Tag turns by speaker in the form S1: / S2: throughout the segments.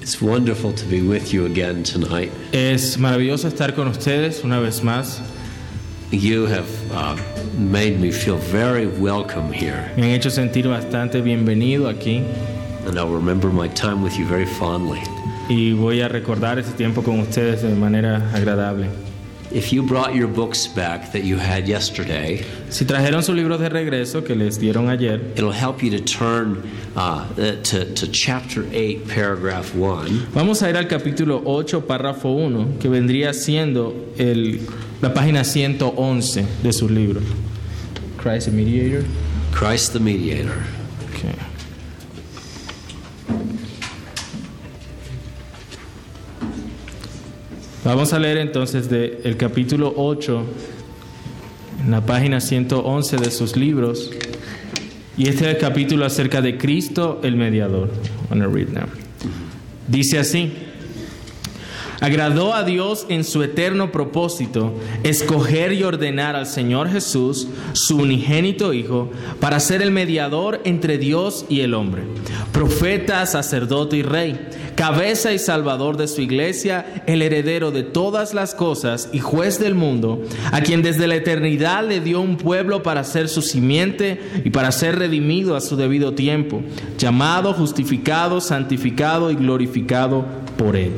S1: It's wonderful to be with you again tonight.
S2: Es maravilloso estar con ustedes una vez más.
S1: You have uh, made me feel very welcome here,
S2: Me han hecho sentir bastante bienvenido aquí
S1: and I'll remember my time with you very fondly.
S2: y voy a recordar ese tiempo con ustedes de manera agradable.
S1: If you brought your books back that you had yesterday,
S2: Si trajeron sus libros de regreso que les dieron ayer,
S1: it'll help you to turn uh, uh, to, to chapter 8, paragraph 1,
S2: Vamos a ir al capítulo 8, párrafo 1, que vendría siendo el- la página 111 de su libro. Christ the Mediator.
S1: Christ the Mediator.
S2: Ok. Vamos a leer entonces del capítulo 8, en la página 111 de sus libros. Y este es el capítulo acerca de Cristo el mediador. I'm gonna read now. Dice así: Agradó a Dios en su eterno propósito escoger y ordenar al Señor Jesús, su unigénito Hijo, para ser el mediador entre Dios y el hombre, profeta, sacerdote y rey, cabeza y salvador de su iglesia, el heredero de todas las cosas y juez del mundo, a quien desde la eternidad le dio un pueblo para ser su simiente y para ser redimido a su debido tiempo, llamado, justificado, santificado y glorificado por él.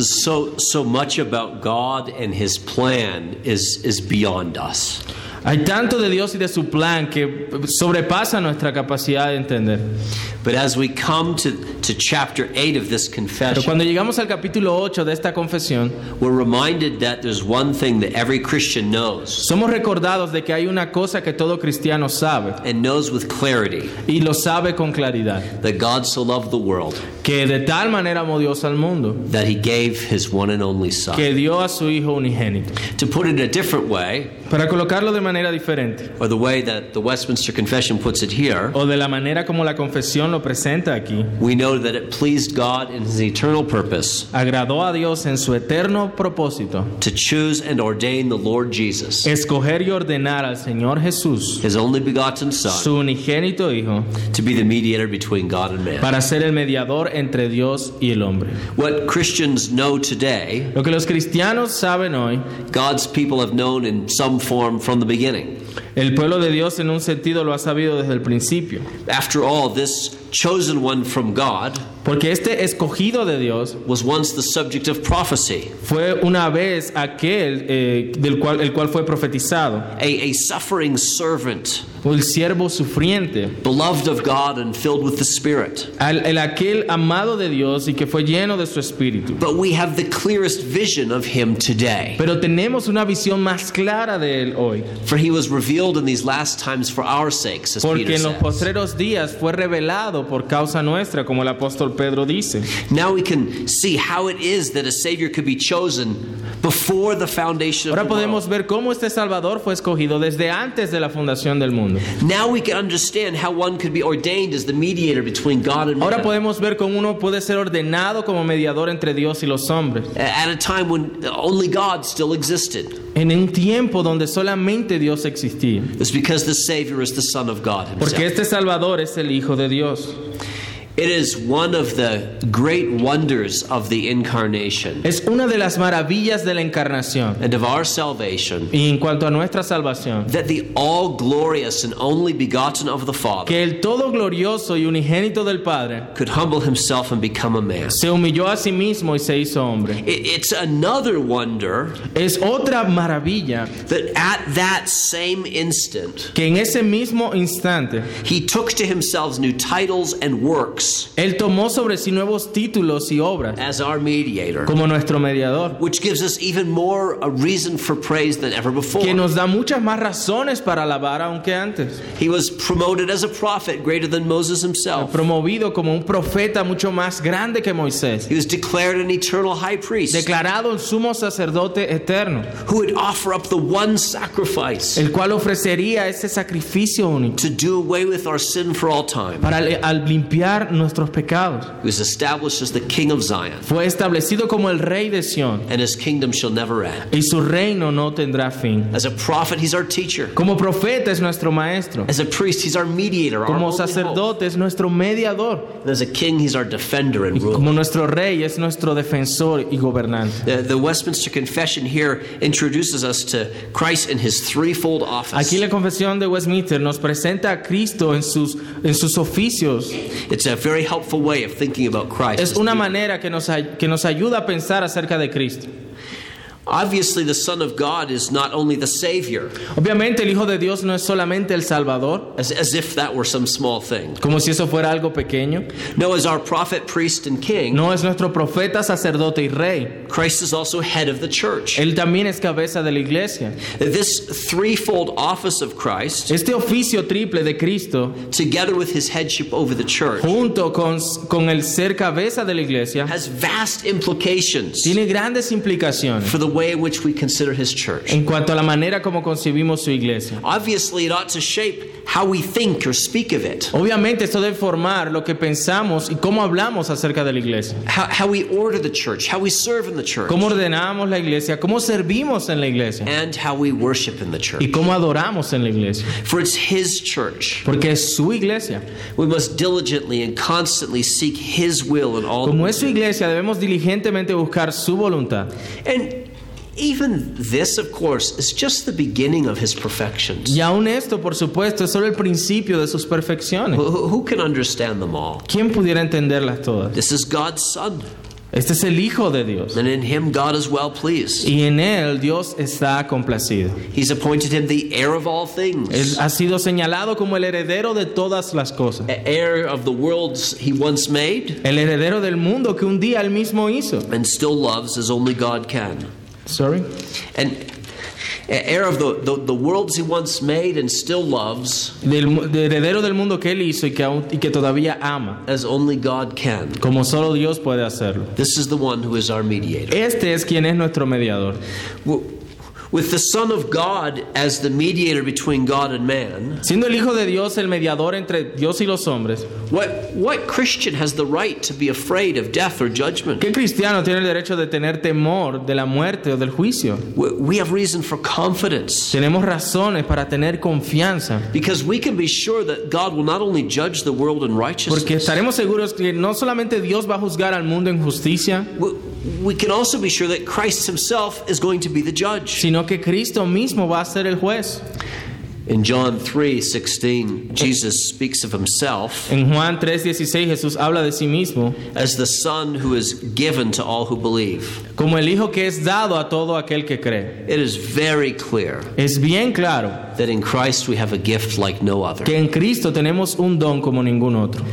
S1: So, so much about God and His plan is, is beyond us.
S2: Hay tanto de Dios y de su plan que sobrepasa nuestra capacidad de entender.
S1: But as we come to, to chapter 8 of this
S2: Pero
S1: confession,
S2: cuando llegamos al capítulo 8 de esta confesión,
S1: we're reminded that there's one thing that every Christian knows,
S2: somos recordados de que hay una cosa que todo cristiano sabe
S1: and knows with clarity
S2: y lo sabe con claridad,
S1: that God so loved the world
S2: que de tal manera amó Dios al mundo
S1: that He gave His one and only Son.
S2: que dio a su Hijo unigénito.
S1: To put it a different way,
S2: Para colocarlo de manera diferente,
S1: or the way that the Westminster Confession puts it here,
S2: o de la manera como la confesión lo presenta aquí,
S1: we know that it pleased God in His eternal purpose
S2: agradó a Dios en su eterno propósito
S1: to choose and ordain the Lord Jesus,
S2: escoger y ordenar al Señor Jesús,
S1: His only begotten Son,
S2: su unigénito Hijo,
S1: to be the mediator between God and man.
S2: para ser el mediador entre Dios y el hombre.
S1: What Christians know today
S2: Lo que los cristianos saben hoy,
S1: God's people have known in some form from the beginning.
S2: el pueblo de Dios en un sentido lo ha sabido desde el principio,
S1: After all, this chosen one from God
S2: porque este escogido de Dios
S1: was once the subject of prophecy,
S2: fue una vez aquel eh, del cual el cual fue profetizado,
S1: a, a suffering servant,
S2: o el siervo sufriente,
S1: beloved of God and filled with the Spirit.
S2: al- el aquel amado de Dios y que fue lleno de su espíritu.
S1: But we have the clearest vision of him today,
S2: Pero tenemos una visión más clara de él hoy,
S1: for he was revealed in these last times for our sakes, as
S2: porque
S1: Peter
S2: en los
S1: says.
S2: postreros días fue revelado por causa nuestra, como el apóstol Pedro dice.
S1: Now we can see how it is that a Savior could be chosen before the foundation of
S2: Ahora
S1: the world.
S2: podemos ver cómo este Salvador fue escogido desde antes de la fundación del mundo.
S1: Now we can understand how one could be ordained as the mediator between God and
S2: Ahora
S1: man.
S2: podemos ver cómo uno puede ser ordenado como mediador entre Dios y los hombres.
S1: at a time when only God still existed.
S2: En un tiempo donde solamente Dios existía.
S1: It's because the Savior is the Son of God Himself.
S2: Porque este Salvador es el Hijo de Dios.
S1: It is one of the great wonders of the incarnation
S2: Es una de las maravillas de la encarnación.
S1: and of our salvation
S2: Y en cuanto a nuestra salvación,
S1: that the all glorious and only begotten of the Father
S2: que el todo glorioso y unigénito del Padre
S1: could humble Himself and become a man.
S2: se humilló a sí mismo y se hizo hombre.
S1: It- It's another wonder
S2: Es otra maravilla
S1: that at that same instant,
S2: que en ese mismo instante
S1: He took to Himself new titles and works
S2: Él tomó sobre sí nuevos títulos y obras
S1: as our mediator.
S2: como nuestro mediador,
S1: Which gives us even more a reason for praise than ever before.
S2: que nos da muchas más razones para alabar aunque antes.
S1: He was promoted as a prophet greater than Moses himself.
S2: Promovido como un profeta mucho más grande que Moisés,
S1: He was declared an eternal high priest
S2: declarado el sumo sacerdote eterno,
S1: who would offer up the one sacrifice
S2: el cual ofrecería ese sacrificio único
S1: to do away with our sin for all time.
S2: para le- al limpiar nuestros pecados.
S1: He was established as the king of Zion,
S2: Fue establecido como el rey de Sión
S1: and his kingdom shall never end.
S2: y su reino no tendrá fin.
S1: As a prophet, he's our teacher.
S2: Como profeta es nuestro maestro.
S1: As a priest, he's our mediator, our
S2: Como
S1: only hope.
S2: sacerdote es nuestro mediador.
S1: And as a king, he's our defender and ruler.
S2: Como nuestro rey es nuestro defensor y gobernante.
S1: The, the Westminster Confession here introduces us to Christ in his threefold office.
S2: Aquí la confesión de Westminster nos presenta a Cristo en sus, en sus oficios.
S1: It's a very helpful way of thinking about Christ.
S2: Es una manera que nos, ay- que nos ayuda a pensar acerca de Cristo.
S1: Obviously, the Son of God is not only the Savior,
S2: Obviamente el Hijo de Dios no es solamente el Salvador,
S1: as, as if that were some small thing.
S2: como si eso fuera algo pequeño.
S1: No, as our prophet, priest, and king,
S2: No es nuestro profeta, sacerdote y rey.
S1: Christ is also head of the church.
S2: Él también es cabeza de la iglesia.
S1: This threefold office of Christ,
S2: Este oficio triple de Cristo,
S1: together with his headship over the church,
S2: junto con, con el ser cabeza de la iglesia,
S1: has vast implications
S2: tiene grandes implicaciones
S1: for the way in which we consider his church.
S2: en cuanto a la manera como concebimos su iglesia.
S1: Obviously, it ought to shape how we think or speak of it,
S2: Obviamente esto debe formar lo que pensamos y cómo hablamos acerca de la iglesia.
S1: how, how we order the church, how we serve in the church,
S2: Cómo ordenamos la iglesia, cómo servimos en la iglesia
S1: and how we worship in the
S2: y
S1: church.
S2: cómo adoramos en la iglesia.
S1: For it's his church.
S2: Porque es su iglesia.
S1: We must diligently and constantly seek His will in all.
S2: Como es su iglesia, debemos diligentemente buscar su voluntad.
S1: and even this, of course, is just the beginning of His perfections.
S2: Y aún esto, por supuesto, es solo el principio de sus perfecciones.
S1: Who, who can understand them all?
S2: ¿Quién pudiera entenderlas todas?
S1: This is God's Son,
S2: Este es el Hijo de Dios.
S1: and in Him God is well pleased.
S2: Y en Él Dios está complacido.
S1: He's appointed Him the heir of all
S2: Él
S1: things,
S2: ha sido señalado como el heredero de todas las cosas.
S1: heir of the worlds He once made,
S2: El heredero del mundo que un día Él mismo hizo.
S1: and still loves as only God can.
S2: Sorry.
S1: And heir of the, the, the worlds He once made and still loves
S2: Del, mu- de heredero del mundo que Él hizo y que, aún- y que todavía ama.
S1: as only God can.
S2: Como solo Dios puede hacerlo.
S1: This is the one who is our mediator.
S2: Este es quien es nuestro mediador.
S1: W- With the Son of God as the mediator between God and man,
S2: Siendo el Hijo de Dios el mediador entre Dios y los hombres,
S1: what, what Christian has the right to be afraid of death or judgment?
S2: ¿qué cristiano tiene el derecho de tener temor de la muerte o del juicio?
S1: W- We have reason for confidence
S2: Tenemos razones para tener confianza,
S1: because we can be sure that God will not only judge the world in
S2: porque
S1: righteousness,
S2: estaremos seguros que no solamente Dios va a juzgar al mundo en justicia,
S1: w- we can also be sure that Christ himself is going to be the judge.
S2: sino que Cristo mismo va a ser el juez.
S1: In John 3 16, Jesus speaks of himself
S2: En Juan 3:16 Jesús habla de sí mismo
S1: as the Son who is given to all who believe.
S2: como el Hijo que es dado a todo aquel que cree.
S1: It is very clear
S2: Es bien claro
S1: that in Christ we have a gift like no other.
S2: que en Cristo tenemos un don como ningún otro.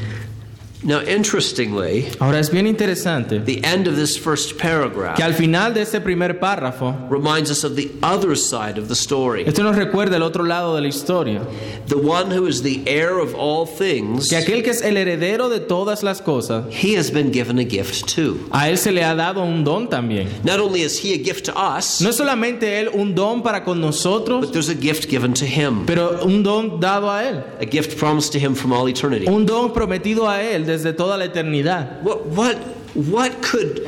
S1: Now, interestingly,
S2: Ahora es bien interesante
S1: the end of this first paragraph
S2: que al final de este primer párrafo
S1: reminds us of the other side of the story.
S2: Esto nos recuerda el otro lado de la historia,
S1: The one who is the heir of all things,
S2: que aquel que es el heredero de todas las cosas,
S1: he has been given a gift too.
S2: a él se le ha dado un don también.
S1: Not only is he a gift to us,
S2: No es solamente él un don para con nosotros,
S1: but there's a gift given to him,
S2: pero un don dado a él,
S1: a gift promised to him from all eternity.
S2: un don prometido a él desde toda la eternidad.
S1: What, what, what could,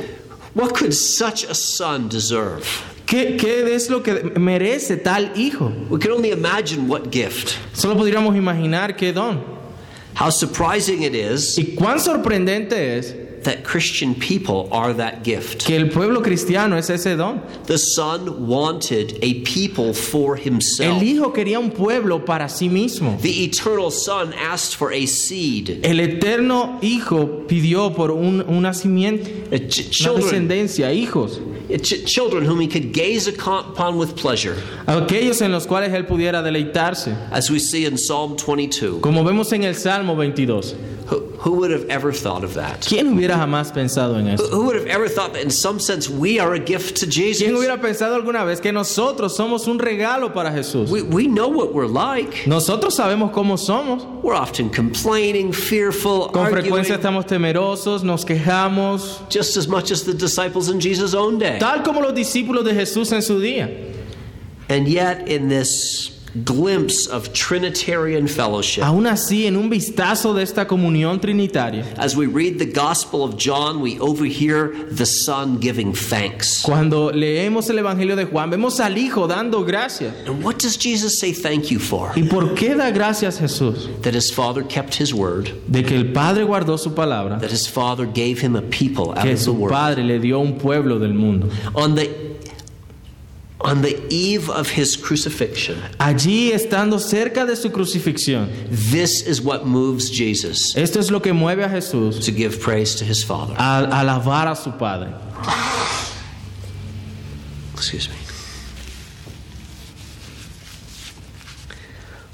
S1: what could such a son deserve?
S2: ¿Qué, qué es lo que merece tal hijo?
S1: We can only imagine what gift.
S2: Solo podríamos imaginar qué don.
S1: How surprising it is
S2: Y cuán sorprendente es
S1: that Christian people are that gift.
S2: que el pueblo cristiano es ese don.
S1: The Son wanted a people for
S2: El
S1: himself.
S2: hijo quería un pueblo para sí mismo.
S1: The eternal Son asked for a seed.
S2: El eterno hijo pidió por un, un nacimiento.
S1: Uh, ch-
S2: una
S1: children,
S2: descendencia, hijos,
S1: uh, ch- children whom he could gaze aco- upon with pleasure,
S2: aquellos en los cuales él pudiera deleitarse,
S1: as we see in Psalm 22.
S2: como vemos en el Salmo 22.
S1: Who, who would have ever thought of that?
S2: ¿Quién hubiera jamás pensado en
S1: Who,
S2: eso?
S1: who would have ever thought that, in some sense, we are a gift to
S2: ¿Quién
S1: Jesus?
S2: hubiera pensado alguna vez que nosotros somos un regalo para Jesús?
S1: We, we know what we're like.
S2: Nosotros sabemos cómo somos.
S1: We're often complaining, fearful,
S2: Con frecuencia
S1: arguing,
S2: estamos temerosos, nos quejamos,
S1: just as much as the disciples in Jesus' own day.
S2: tal como los discípulos de Jesús en su día.
S1: And yet, in this glimpse of Trinitarian fellowship.
S2: Aún así, en un vistazo de esta comunión trinitaria,
S1: As we read the Gospel of John, we overhear the Son giving thanks.
S2: cuando leemos el Evangelio de Juan, vemos al Hijo dando gracias.
S1: And what does Jesus say thank you for?
S2: ¿Y por qué da gracias Jesús?
S1: That his Father kept his word,
S2: De que el Padre guardó su palabra,
S1: that his Father gave him a people out
S2: que
S1: of the
S2: su
S1: world.
S2: Padre le dio un pueblo del mundo.
S1: On the on the eve of his crucifixion,
S2: Allí estando cerca de su crucifixión,
S1: this is what moves Jesus
S2: esto es lo que mueve a Jesús
S1: to give praise to his Father.
S2: a a alabar a su Padre.
S1: Excuse me.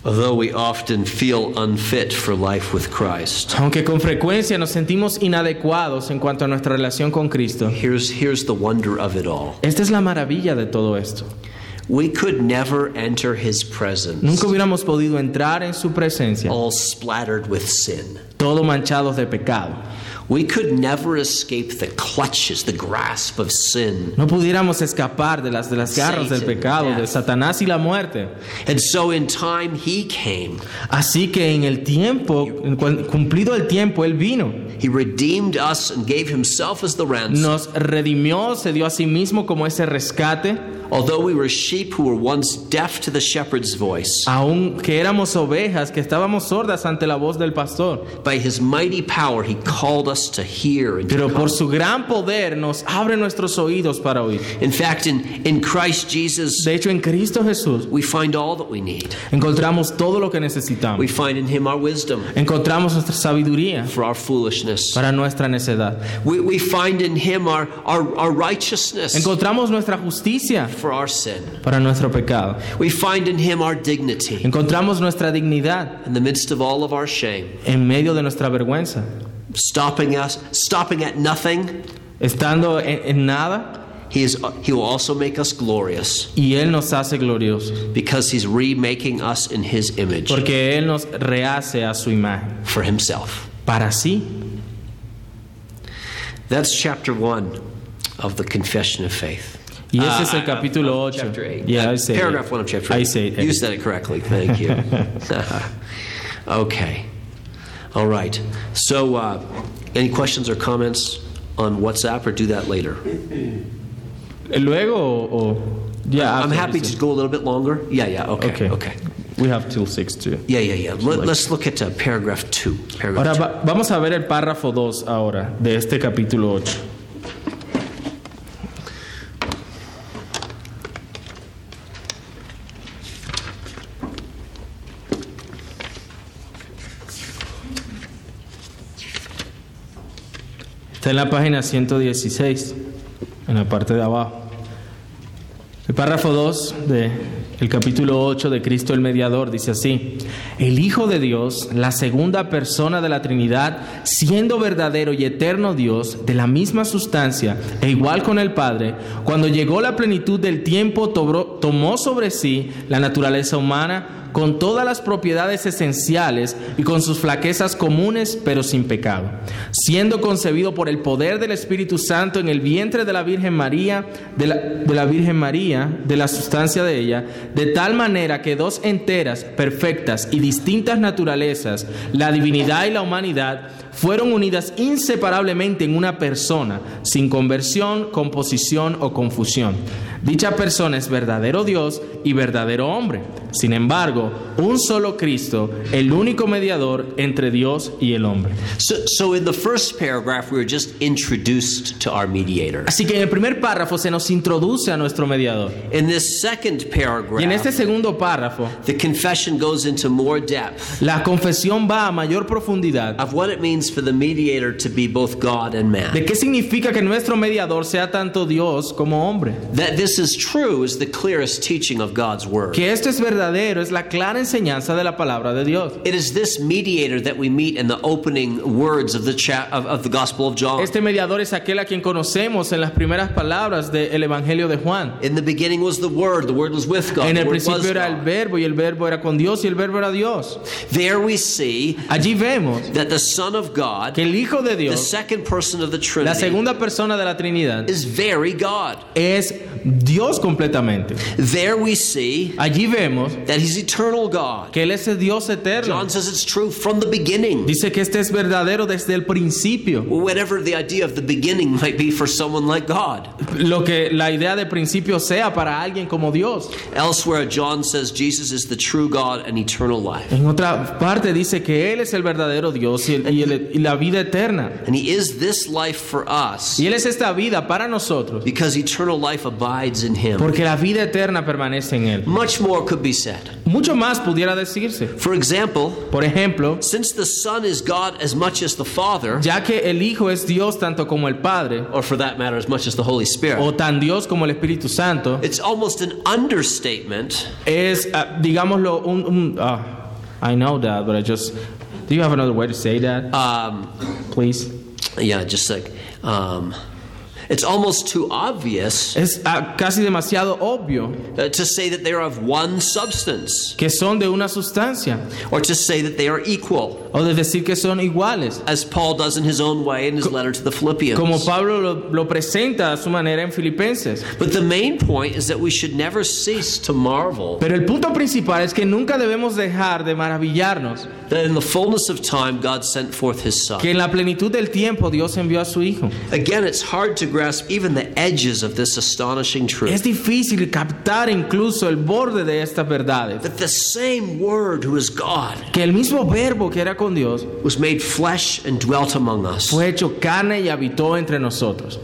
S1: Although we often feel unfit for life with Christ,
S2: Aunque con frecuencia nos sentimos inadecuados en cuanto a nuestra relación con Cristo,
S1: here's, here's the wonder of it all.
S2: esta es la maravilla de todo esto.
S1: We could never enter his presence,
S2: Nunca hubiéramos podido entrar en su presencia,
S1: all splattered with sin.
S2: todo manchados de pecado.
S1: We could never escape the clutches, the grasp of sin.
S2: No pudiéramos escapar de las, de las garras del
S1: Satan,
S2: pecado,
S1: death.
S2: de Satanás y la muerte.
S1: And so in time, he came.
S2: Así que en el tiempo, en cuan- cumplido el tiempo, Él vino,
S1: He redeemed us and gave himself as the ransom.
S2: nos redimió, se dio a sí mismo como ese rescate,
S1: Although we were sheep who were once deaf to the shepherd's voice,
S2: aun que éramos ovejas, que estábamos sordas ante la voz del pastor.
S1: by his mighty power, he called us to hear. And to
S2: Pero por
S1: come.
S2: su gran poder nos abre nuestros oídos para oír.
S1: In fact, in, in Christ Jesus,
S2: De hecho, en Cristo Jesús
S1: we find all that we need.
S2: encontramos todo lo que
S1: We
S2: necesitamos.
S1: find in him our wisdom
S2: Encontramos nuestra sabiduría
S1: for our foolishness.
S2: para nuestra necedad.
S1: We, we find in him our, our, our righteousness
S2: Encontramos nuestra justicia
S1: for our sin.
S2: para nuestro pecado.
S1: We find in him our dignity
S2: Encontramos nuestra dignidad
S1: in the midst of all of our shame,
S2: en medio de nuestra vergüenza.
S1: stopping us, stopping at nothing.
S2: Estando en, en nada
S1: He, is, he will also make us glorious
S2: y Él nos hace gloriosos.
S1: because he's remaking us in his image
S2: Porque Él nos rehace a su imagen.
S1: for himself.
S2: Para sí.
S1: That's chapter one of the Confession of Faith.
S2: Y ese
S1: Uh,
S2: es el capítulo 8.
S1: Chapter eight.
S2: Yeah,
S1: Uh,
S2: I said
S1: paragraph
S2: eight.
S1: one of chapter
S2: I
S1: eight.
S2: said
S1: You
S2: eight.
S1: said it correctly. Thank you. okay. All right. So, uh, any questions or comments on WhatsApp, or do that later?
S2: Luego o... o- yeah,
S1: I'm
S2: after
S1: happy
S2: this.
S1: to go a little bit longer. Yeah. Yeah. Okay. Okay.
S2: Okay. We have till six too.
S1: Yeah. Yeah. Yeah. Let, us look at uh, paragraph two. Paragraph
S2: Ahora
S1: two.
S2: va- vamos a ver el párrafo 2 ahora de este capítulo 8. Está en la página 116, en la parte de abajo. El párrafo 2 del capítulo 8 de Cristo el Mediador dice así, el Hijo de Dios, la segunda persona de la Trinidad, siendo verdadero y eterno Dios, de la misma sustancia e igual con el Padre, cuando llegó la plenitud del tiempo tobró- tomó sobre sí la naturaleza humana con todas las propiedades esenciales y con sus flaquezas comunes pero sin pecado, siendo concebido por el poder del Espíritu Santo en el vientre de la Virgen María, de la, de la Virgen María, de la sustancia de ella, de tal manera que dos enteras, perfectas y distintas naturalezas, la divinidad y la humanidad, fueron unidas inseparablemente en una persona, sin conversión, composición o confusión. Dicha persona es verdadero Dios y verdadero hombre. Sin embargo, un solo Cristo, el único mediador entre Dios y el hombre.
S1: So, so in the first paragraph, we were just introduced to our mediator.
S2: Así que en el primer párrafo se nos introduce a nuestro mediador.
S1: In this second
S2: Y en este
S1: paragraph,
S2: segundo párrafo,
S1: the confession goes into more depth
S2: la confesión va a mayor profundidad
S1: of what it means for the mediator to be both God and
S2: de
S1: man.
S2: qué significa que nuestro mediador sea tanto Dios como hombre.
S1: That this is true is the clearest teaching of God's word.
S2: Que esto es verdadero es la clara enseñanza de la palabra de Dios.
S1: It is this mediator that we meet in the opening words of the cha- of, of the Gospel of John.
S2: Este mediador es aquel a quien conocemos en las primeras palabras del Evangelio de Juan.
S1: In the beginning was the Word. The Word was with God.
S2: En
S1: The
S2: el
S1: Word was
S2: principio era el
S1: God.
S2: verbo y el verbo era con Dios y el verbo era Dios.
S1: There we see
S2: Allí vemos
S1: that the Son of God,
S2: que el Hijo de
S1: the
S2: Dios,
S1: second person of the
S2: la
S1: Trinity,
S2: segunda persona de la Trinidad,
S1: is very God.
S2: es Dios completamente.
S1: There we see
S2: Allí vemos
S1: that he's eternal God.
S2: que Él es el Dios eterno.
S1: John says it's true from the beginning.
S2: Dice que este es verdadero desde el principio.
S1: Whatever the idea of the beginning might be for someone like God.
S2: Lo que la idea de principio sea para alguien como Dios.
S1: Elsewhere, John says Jesus is the true God and eternal life.
S2: En otra parte dice que Él es el verdadero Dios y, el- y el- y la vida eterna.
S1: And he is this life for us
S2: Y Él es esta vida para nosotros,
S1: because eternal life abides in him.
S2: porque la vida eterna permanece en Él.
S1: Much more could be said.
S2: Mucho más pudiera decirse.
S1: For example,
S2: Por ejemplo,
S1: since the Son is God as much as the Father,
S2: ya que el Hijo es Dios tanto como el Padre,
S1: or for that matter, as much as the Holy Spirit,
S2: o tan Dios como el Espíritu Santo,
S1: it's almost an understatement
S2: es, ah, digámoslo, un... un- ah, I know that, but I just... Do you have another way to say that,
S1: um,
S2: please?
S1: Yeah, just like um, it's almost too obvious
S2: Es ah, casi demasiado obvio
S1: uh, to say that they are of one substance
S2: que son de una sustancia,
S1: or to say that they are equal,
S2: o de decir que son iguales.
S1: as Paul does in his own way in his letter to the Philippians.
S2: como Pablo lo, lo presenta a su manera en Filipenses.
S1: But the main point is that we should never cease to marvel
S2: Pero el punto principal es que nunca debemos dejar de maravillarnos
S1: that in the fullness of time God sent forth his Son.
S2: que en la plenitud del tiempo Dios envió a su Hijo.
S1: Again, it's hard to grasp even the edges of this astonishing
S2: Es
S1: truth.
S2: difícil captar incluso el borde de estas verdades.
S1: That the same Word who is God
S2: Que el mismo verbo que era con Dios
S1: was made flesh and dwelt among us.
S2: fue hecho carne y habitó entre nosotros.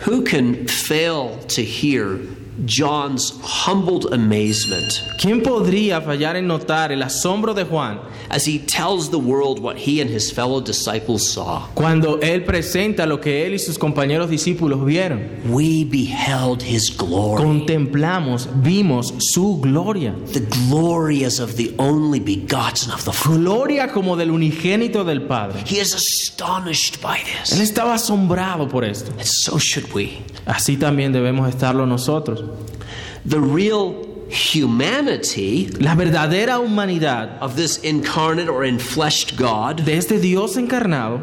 S1: Who can fail to hear John's humbled amazement
S2: ¿Quién podría fallar en notar el asombro de Juan
S1: as he tells the world what he and his fellow disciples saw?
S2: cuando él presenta lo que él y sus compañeros discípulos vieron?
S1: We beheld his glory,
S2: Contemplamos, vimos su gloria.
S1: the glory as of the only begotten of the Father.
S2: gloria como del unigénito del Padre.
S1: He is astonished by
S2: Él
S1: this.
S2: estaba asombrado por esto.
S1: And so should we.
S2: Así también debemos estarlo nosotros.
S1: The real humanity
S2: La verdadera humanidad
S1: of this incarnate or enfleshed God
S2: de este Dios encarnado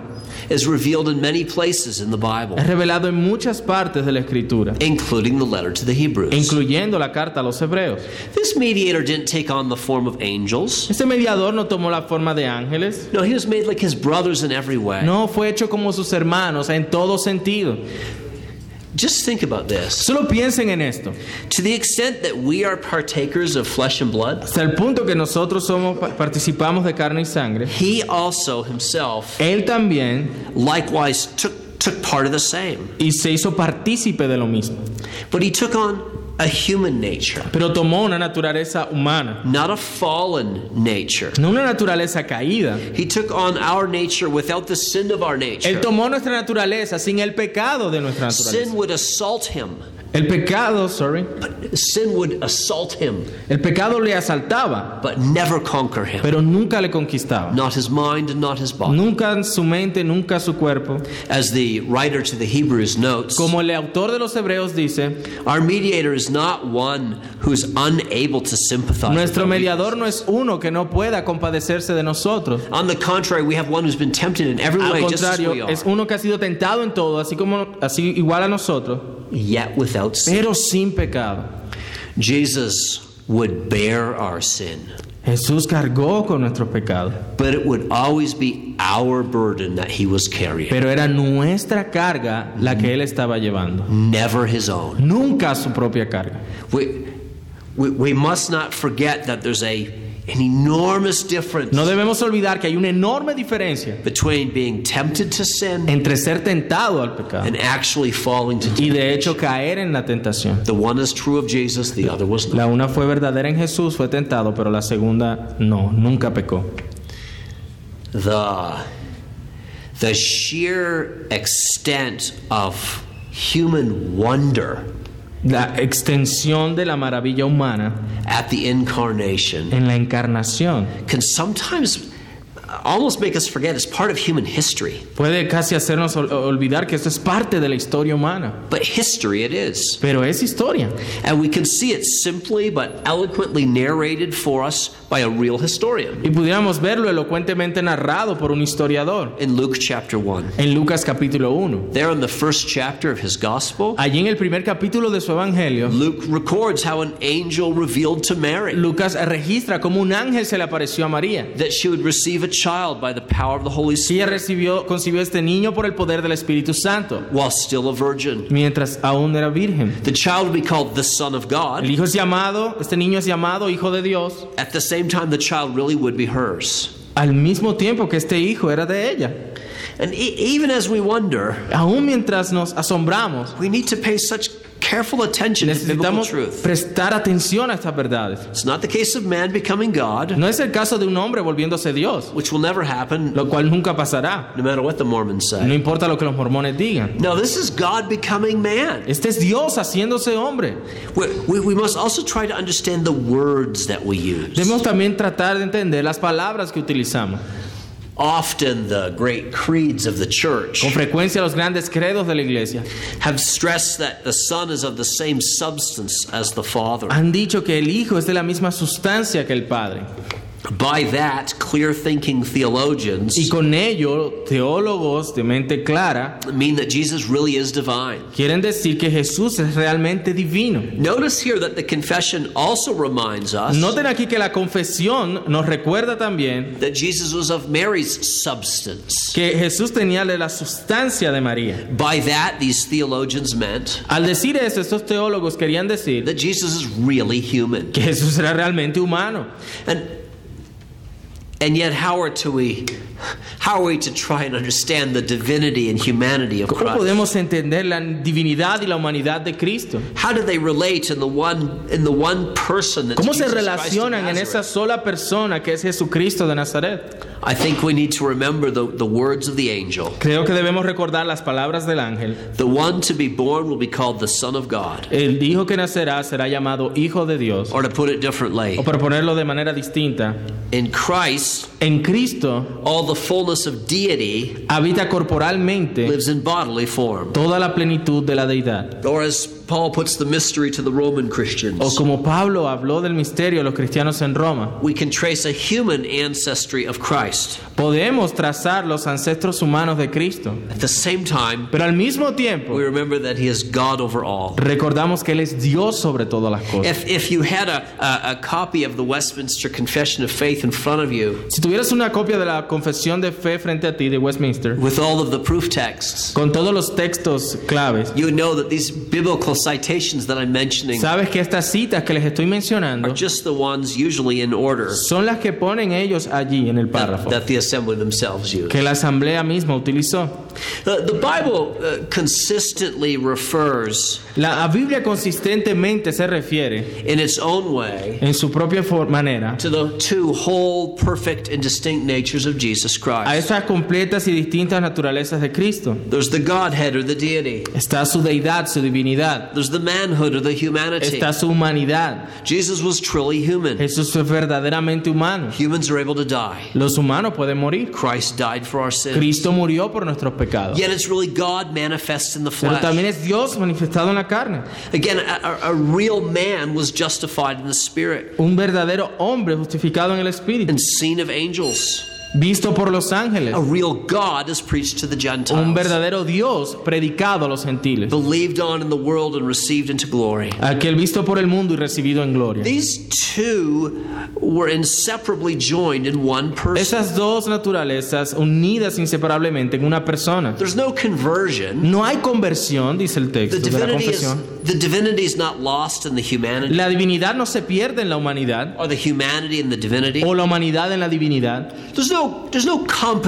S1: is revealed in many places in the Bible,
S2: es revelado en muchas partes de la Escritura,
S1: including the letter to the Hebrews.
S2: incluyendo la carta a los hebreos.
S1: This mediator didn't take on the form of angels.
S2: Este mediador no tomó la forma de ángeles,
S1: No, he was made like his brothers in every way.
S2: no fue hecho como sus hermanos en todo sentido.
S1: Just think about this.
S2: Solo piensen en esto,
S1: To the extent that we are partakers of flesh and blood,
S2: hasta el punto que nosotros somos participamos de carne y sangre.
S1: he also himself
S2: Él también
S1: likewise took, took part of the same.
S2: y se hizo partícipe de lo mismo.
S1: But he took on a human nature,
S2: pero tomó una naturaleza humana,
S1: not a fallen nature.
S2: no una naturaleza caída.
S1: He took on our nature without the sin of our
S2: Él
S1: nature.
S2: tomó nuestra naturaleza sin el pecado de nuestra naturaleza.
S1: Sin would assault him.
S2: El pecado, sorry,
S1: Sin would assault him,
S2: el pecado le asaltaba,
S1: but never conquer him.
S2: pero nunca le conquistaba.
S1: Not his mind and not his body.
S2: Nunca en su mente, nunca su cuerpo.
S1: As the writer to the Hebrews notes,
S2: Como el autor de los Hebreos dice,
S1: our mediator is not one who's unable to sympathize. with
S2: nuestro
S1: our weakness.
S2: mediador no es uno que no pueda compadecerse de nosotros.
S1: On the contrary, we have one who's been tempted in every
S2: Al
S1: way, just as we
S2: contrario,
S1: are,
S2: es uno que ha sido tentado en todo, así como así igual a nosotros,
S1: yet without sin.
S2: pero sin pecado.
S1: Jesus would bear our sin,
S2: Jesús cargó con nuestros pecados.
S1: but it would always be our burden that he was carrying,
S2: Pero era nuestra carga la que él estaba llevando,
S1: never his own.
S2: nunca su propia carga.
S1: We, we, we must not forget that there's a, an enormous difference
S2: No debemos olvidar que hay una enorme diferencia
S1: between being tempted to sin
S2: entre ser tentado al pecado
S1: and actually falling to
S2: y de hecho caer en la tentación.
S1: The one is true of Jesus, the other was not.
S2: La una fue verdadera en Jesús, fue tentado, pero la segunda no, nunca pecó.
S1: The, the sheer extent of human wonder
S2: La extensión de la maravilla humana
S1: at the incarnation
S2: en la encarnación
S1: can sometimes uh, almost make us forget it's part of human history.
S2: Puede casi hacernos ol- olvidar que esto es parte de la historia humana,
S1: But history it is.
S2: pero es historia.
S1: And we can see it simply but eloquently narrated for us by a real historian
S2: Y pudiéramos verlo elocuentemente narrado por un historiador
S1: in Luke chapter 1.
S2: en Lucas capítulo 1.
S1: There in the first chapter of his gospel,
S2: Allí en el primer capítulo de su evangelio,
S1: Luke records how an angel revealed to Mary
S2: Lucas registra cómo un ángel se le apareció a María.
S1: that she would receive a child by the power of the Holy
S2: Y ella
S1: Spirit
S2: recibió, concibió este niño por el poder del Espíritu Santo,
S1: while still a virgin.
S2: mientras aún era virgen.
S1: The child would be called the Son of
S2: El
S1: God.
S2: hijo es llamado, este niño es llamado hijo de Dios,
S1: At the same time, the child really would be hers.
S2: al mismo tiempo que este hijo era de ella.
S1: And e- even as we wonder,
S2: Aún mientras nos asombramos,
S1: we need to pay such careful attention to biblical
S2: necesitamos
S1: truth.
S2: prestar atención a estas verdades.
S1: It's not the case of man becoming God,
S2: No es el caso de un hombre volviéndose Dios,
S1: which will never happen
S2: lo cual nunca pasará.
S1: no matter what the Mormons
S2: No
S1: say.
S2: importa lo que los mormones digan.
S1: No, this is God becoming man.
S2: Este es Dios haciéndose hombre.
S1: We, we, we must also try to understand the words that we use.
S2: Debemos también tratar de entender las palabras que utilizamos.
S1: Often, the great creeds of the church
S2: Con frecuencia los grandes credos de la iglesia
S1: have stressed that the Son is of the same substance as the Father.
S2: han dicho que el Hijo es de la misma sustancia que el Padre.
S1: By that, clear thinking
S2: Y
S1: theologians
S2: con ello, teólogos de mente clara
S1: mean that Jesus really is divine.
S2: quieren decir que Jesús es realmente divino.
S1: Notice here that the confession also reminds us
S2: Noten aquí que la confesión nos recuerda también
S1: that Jesus was of Mary's substance.
S2: que Jesús tenía de la sustancia de María.
S1: By that, these theologians meant
S2: Al decir eso, estos teólogos querían decir
S1: that Jesus is really human.
S2: que Jesús era realmente humano.
S1: And and yet how are to we how are we to try and understand the divinity and humanity of
S2: ¿Cómo
S1: Christ?
S2: podemos entender la divinidad y la humanidad de Cristo?
S1: How do they relate in the one in the one person that's
S2: ¿Cómo se
S1: Jesus Christ of
S2: relacionan en esa
S1: Nazareth?
S2: sola persona que es Jesucristo de Nazaret?
S1: I think we need to remember the, the words of the angel.
S2: Creo que debemos recordar las palabras del ángel.
S1: The one to be born will be called the Son of God.
S2: El hijo que nacerá será llamado Hijo de Dios.
S1: Or to put it differently,
S2: O para ponerlo de manera distinta,
S1: in Christ,
S2: en Cristo
S1: all the fullness of deity
S2: habita corporalmente
S1: lives in bodily form.
S2: toda la plenitud de la deidad.
S1: Or as Paul puts the mystery to the Roman
S2: O
S1: Christians,
S2: como Pablo habló del misterio de los cristianos en Roma,
S1: we can trace a human ancestry of Christ.
S2: podemos trazar los ancestros humanos de Cristo,
S1: At the same time,
S2: pero al mismo tiempo
S1: we remember that He is God over all.
S2: recordamos que Él es Dios sobre todas las cosas.
S1: If, if you had a, a, a copy of the Westminster Confession of Faith in front of you,
S2: Si tuvieras una copia de la confesión de fe frente a ti de Westminster,
S1: with all of the proof texts,
S2: con todos los textos claves,
S1: you would know that these biblical citations that I'm mentioning
S2: sabes que estas citas que les estoy
S1: are
S2: mencionando
S1: just the ones usually in order
S2: son las que ponen ellos allí en el
S1: that,
S2: párrafo,
S1: that the assembly themselves use.
S2: que la asamblea misma utilizó.
S1: The, the Bible uh, consistently refers
S2: La Biblia consistentemente se refiere,
S1: in its own way
S2: en su propia for- manera,
S1: to the two whole, perfect, and distinct natures of Jesus
S2: a
S1: Christ.
S2: esas completas y distintas naturalezas de Cristo.
S1: There's the Godhead or the deity.
S2: Está su deidad, su divinidad.
S1: There's the manhood or the humanity.
S2: Está su humanidad.
S1: Jesus was truly human.
S2: Jesús es verdaderamente humano.
S1: Humans are able to die.
S2: Los humanos pueden morir.
S1: Christ died for our sins.
S2: Cristo murió por nuestros pecados.
S1: Yet it's really God manifest in the
S2: Pero también
S1: flesh.
S2: es Dios manifestado en la carne.
S1: Again, a, a- a real man was justified in the spirit
S2: Un verdadero hombre justificado en el Espíritu,
S1: and seen of angels.
S2: visto por los ángeles.
S1: A real God is preached to the
S2: Un
S1: Gentiles,
S2: verdadero Dios predicado a los gentiles.
S1: believed on in the world and received into glory.
S2: Aquel visto por el mundo y recibido en gloria.
S1: These two were inseparably joined in one person.
S2: Esas dos naturalezas unidas inseparablemente en una persona.
S1: There's no conversion.
S2: No hay conversión, dice el
S1: The
S2: texto de la
S1: divinity is
S2: confesión.
S1: the divinity is not lost in the humanity.
S2: La divinidad no se pierde en la humanidad
S1: or the humanity and the divinity.
S2: o la humanidad en la divinidad.
S1: There's no there's no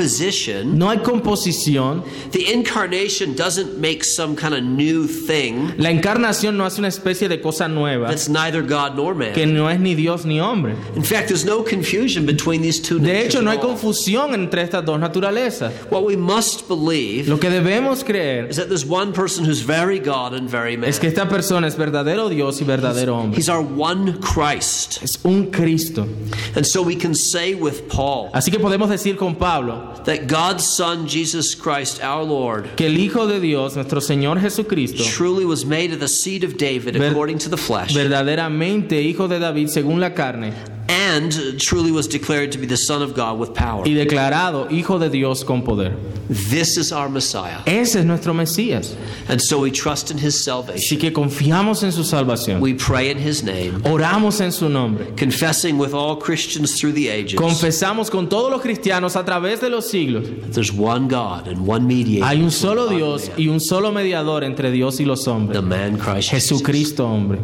S1: composition.
S2: No hay composición.
S1: The incarnation doesn't make some kind of new thing
S2: La encarnación no hace una especie de cosa nueva
S1: that's neither God nor
S2: que
S1: man.
S2: no es ni Dios ni hombre.
S1: In fact, there's no confusion between these two
S2: De hecho,
S1: natures
S2: no hay
S1: at all.
S2: confusión entre estas dos naturalezas.
S1: What we must believe
S2: Lo que debemos creer
S1: is that there's one person who's very God and very man.
S2: es que esta una persona es verdadero Dios y verdadero hombre.
S1: He's our one Christ.
S2: Es un Cristo.
S1: And so we can say with Paul
S2: Así que podemos decir con Pablo
S1: that God's Son, Jesus Christ, our Lord,
S2: que el Hijo de Dios, nuestro Señor Jesucristo,
S1: truly was made of the seed of David
S2: Ver-
S1: according to the flesh,
S2: verdaderamente Hijo de David según la carne,
S1: and truly was declared to be the Son of God with power.
S2: y declarado Hijo de Dios con poder.
S1: This is our Messiah.
S2: Ese es nuestro Mesías.
S1: And so we trust in his salvation.
S2: Así que confiamos en su salvación.
S1: We pray in his name,
S2: Oramos en su nombre.
S1: confessing with all Christians through the ages
S2: Confesamos con todos los cristianos a través de los siglos.
S1: that there's one God and one mediator,
S2: Hay un solo Dios y un solo mediador entre Dios y los
S1: the
S2: hombres.
S1: man Christ Jesus.
S2: Jesucristo hombre.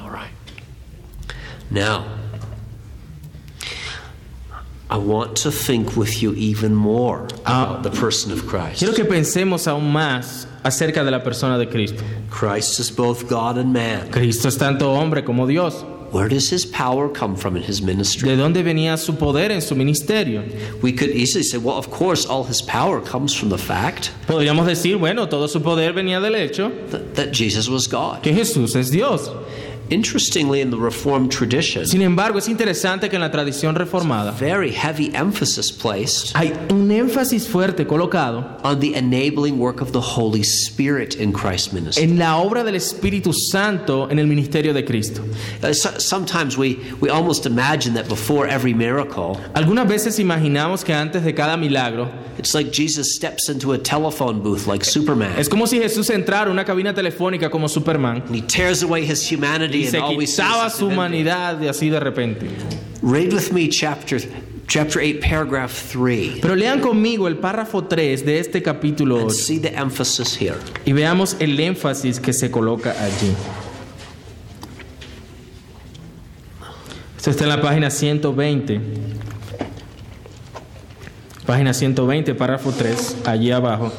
S1: All right. Now, I want to think with you even more about the person of Christ.
S2: Quiero que pensemos aún más acerca de la persona de Cristo.
S1: Christ is both God and man.
S2: Cristo es tanto hombre como Dios.
S1: Where does his power come from in his ministry?
S2: ¿De dónde venía su poder en su ministerio?
S1: We could easily say, well, of course, all his power comes from the fact
S2: Podríamos decir, bueno, todo su poder venía del hecho
S1: that, that Jesus was God.
S2: que Jesús es Dios.
S1: Interestingly, in the Reformed tradition,
S2: Sin embargo, es interesante que en la tradición reformada
S1: very heavy emphasis placed
S2: hay un énfasis fuerte colocado
S1: on the enabling work of the Holy Spirit in Christ's ministry.
S2: en la obra del Espíritu Santo en el ministerio de Cristo.
S1: Uh, so- sometimes we, we almost imagine that before every miracle,
S2: Algunas veces imaginamos que antes de cada milagro
S1: it's like Jesus steps into a telephone booth like Superman.
S2: es como si Jesús entrara a una cabina telefónica como Superman
S1: And he tears away his humanity
S2: y
S1: and
S2: se
S1: all we see is
S2: quitaba
S1: his
S2: su
S1: divinity.
S2: humanidad y así de repente.
S1: Read with me chapter, chapter 8, paragraph 3,
S2: Pero lean conmigo el párrafo 3 de este capítulo
S1: and
S2: 8
S1: see the emphasis here.
S2: y veamos el énfasis que se coloca allí. Esto está en la página 120. Página 120, párrafo 3, allí abajo.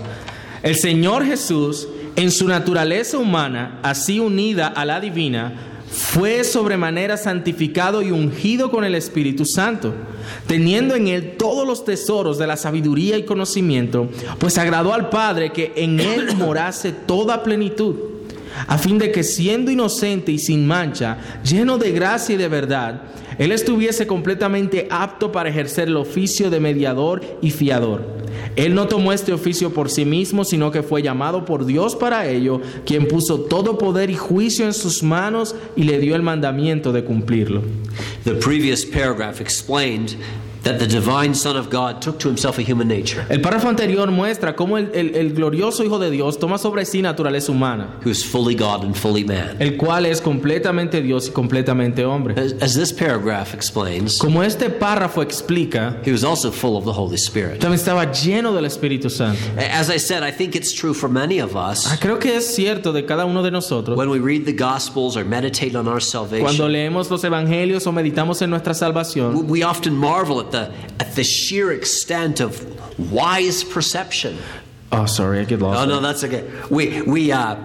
S2: El Señor Jesús, en su naturaleza humana, así unida a la divina, fue sobremanera santificado y ungido con el Espíritu Santo, teniendo en él todos los tesoros de la sabiduría y conocimiento, pues agradó al Padre que en él morase toda plenitud a fin de que siendo inocente y sin mancha, lleno de gracia y de verdad, él estuviese completamente apto para ejercer el oficio de mediador y fiador. Él no tomó este oficio por sí mismo, sino que fue llamado por Dios para ello, quien puso todo poder y juicio en sus manos y le dio el mandamiento de cumplirlo.
S1: The previous paragraph explained that the divine Son of God took to himself a human nature.
S2: El párrafo anterior muestra cómo el, el- el glorioso Hijo de Dios toma sobre sí naturaleza humana,
S1: who is fully God and fully man.
S2: el cual es completamente Dios y completamente hombre.
S1: As, as this paragraph explains,
S2: Como este párrafo explica,
S1: he was also full of the Holy Spirit.
S2: también estaba lleno del Espíritu Santo.
S1: A- As I said, I think it's true for many of
S2: Ah,
S1: us
S2: creo que es cierto de cada uno de nosotros.
S1: when we read the Gospels or meditate on our
S2: Cuando
S1: salvation.
S2: leemos los evangelios o meditamos en nuestra
S1: w-
S2: salvación,
S1: We often marvel at the at the sheer extent of wise perception.
S2: oh, sorry, I get
S1: Oh
S2: lost.
S1: no, that's okay. We we uh,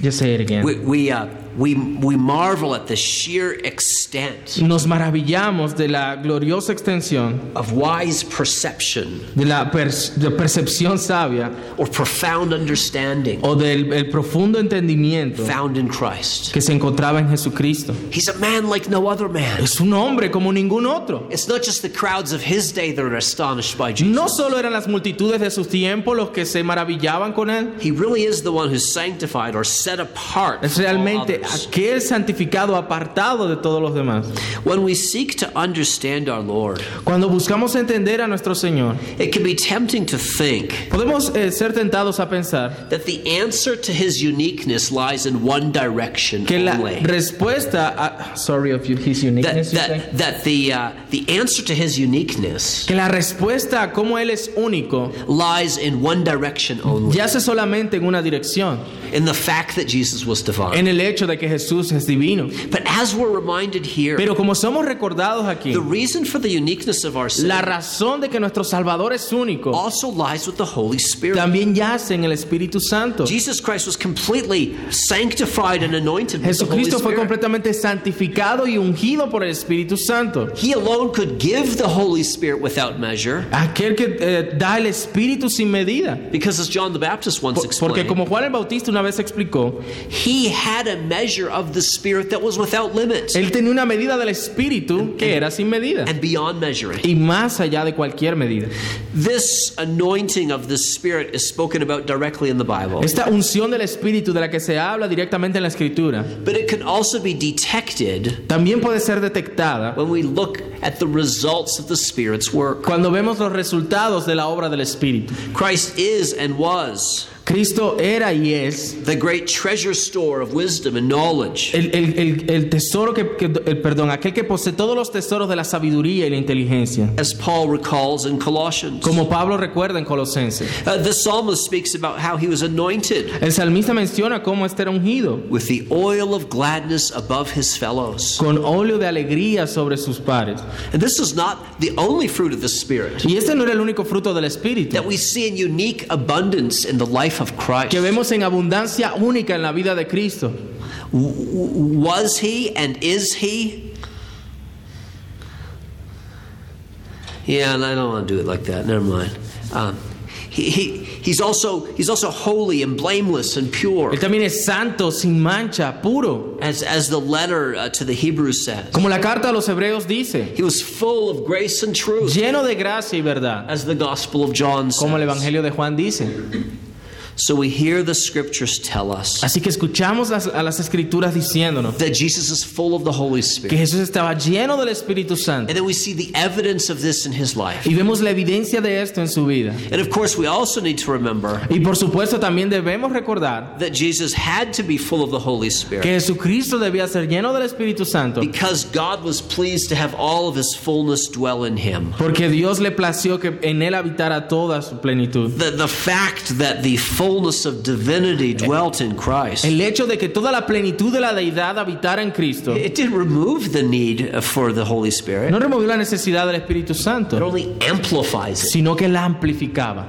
S2: Just say it again.
S1: we we uh, we we marvel at the sheer extent
S2: Nos maravillamos de la gloriosa extensión,
S1: of wise perception
S2: de la per- de percepción sabia
S1: or profound understanding
S2: o del el profundo entendimiento
S1: found in Christ.
S2: que se encontraba en Jesucristo.
S1: He's a man like no other man.
S2: Es un hombre como ningún otro.
S1: It's not just the crowds of his day that are astonished by Jesus.
S2: No solo eran las multitudes de sus tiempos los que se maravillaban con él,
S1: He really is the one who's sanctified or set apart.
S2: Es
S1: from all
S2: realmente
S1: Oh, others.
S2: aquel santificado apartado de todos los demás.
S1: When we seek to understand our Lord,
S2: Cuando buscamos entender a nuestro Señor,
S1: it can be tempting to think
S2: podemos eh, ser tentados a pensar
S1: that the answer to his uniqueness lies in one direction
S2: que la
S1: only.
S2: respuesta a, sorry of you- his uniqueness,
S1: Oh, That,
S2: you say?
S1: that, that the, uh, the answer to his uniqueness
S2: que la respuesta a cómo él es único
S1: lies in one direction only,
S2: yace solamente en una dirección,
S1: in the fact that Jesus was divine.
S2: en el hecho de de que Jesús es divino.
S1: But as we're reminded here,
S2: Pero como somos recordados aquí,
S1: the reason for the uniqueness of our sin
S2: la razón de que nuestro Salvador es único
S1: also lies with the Holy Spirit.
S2: también yace en el Espíritu Santo.
S1: Jesus Christ was completely sanctified and anointed with the Holy
S2: Jesucristo fue
S1: Spirit.
S2: completamente santificado y ungido por el Espíritu Santo.
S1: He alone could give the Holy Spirit without measure,
S2: Aquel que eh, da el Espíritu sin medida.
S1: because as John the Baptist once
S2: Por- Porque
S1: explained,
S2: como Juan el Bautista una vez explicó,
S1: he had a measure of the Spirit that was without limit
S2: él tenía una medida del Espíritu que era sin medida
S1: and beyond measuring.
S2: y más allá de cualquier medida.
S1: This anointing of the Spirit is spoken about directly in the Bible,
S2: Esta unción del Espíritu de la que se habla directamente en la Escritura
S1: but it can also be detected
S2: también puede ser detectada
S1: when we look at the results of the Spirit's work.
S2: cuando vemos los resultados de la obra del Espíritu.
S1: Christ is and was
S2: Cristo era y es
S1: the great treasure store of wisdom and knowledge.
S2: el, el- el- el tesoro que, que- el, perdón, aquel que posee todos los tesoros de la sabiduría y la inteligencia.
S1: As Paul recalls in Colossians,
S2: Como Pablo recuerda en Colosenses,
S1: Uh, the psalmist speaks about how he was anointed
S2: el salmista menciona cómo este era ungido
S1: with the oil of gladness above his fellows.
S2: con óleo de alegría sobre sus pares.
S1: And this is not the only fruit of the Spirit
S2: Y este no era el único fruto del Espíritu
S1: that we see in unique abundance in the life of Christ.
S2: que vemos en abundancia única en la vida de Cristo.
S1: W- w- was he and is he? Yeah, and I don't want to do it like that. Never mind. Um, he, he, he's also he's also holy and blameless and pure,
S2: Él también es santo, sin mancha, puro.
S1: as as the letter uh, to the Hebrews says.
S2: Como la carta a los hebreos dice,
S1: He was full of grace and truth.
S2: lleno de gracia y verdad.
S1: as the Gospel of John says.
S2: Como el Evangelio de Juan dice.
S1: So we hear the scriptures tell us
S2: Así que escuchamos las- a las escrituras diciéndonos
S1: that Jesus is full of the Holy
S2: que
S1: Spirit.
S2: Jesús estaba lleno del Espíritu Santo.
S1: And then we see the evidence of this in his life.
S2: Y vemos la evidencia de esto en su vida.
S1: And of course, we also need to remember
S2: Y por supuesto también debemos recordar
S1: that Jesus had to be full of the Holy
S2: que
S1: Spirit
S2: Jesucristo debía ser lleno del Espíritu Santo
S1: because God was pleased to have all of his fullness dwell in him.
S2: porque Dios le plació que en él habitara toda su plenitud.
S1: The, the fact that the fullness of divinity dwelt in Christ.
S2: El hecho de que toda la plenitud de la deidad habitara en Cristo
S1: It didn't remove the need for the Holy Spirit.
S2: no removió la necesidad del Espíritu
S1: It
S2: Santo,
S1: only amplifies it.
S2: sino que la amplificaba.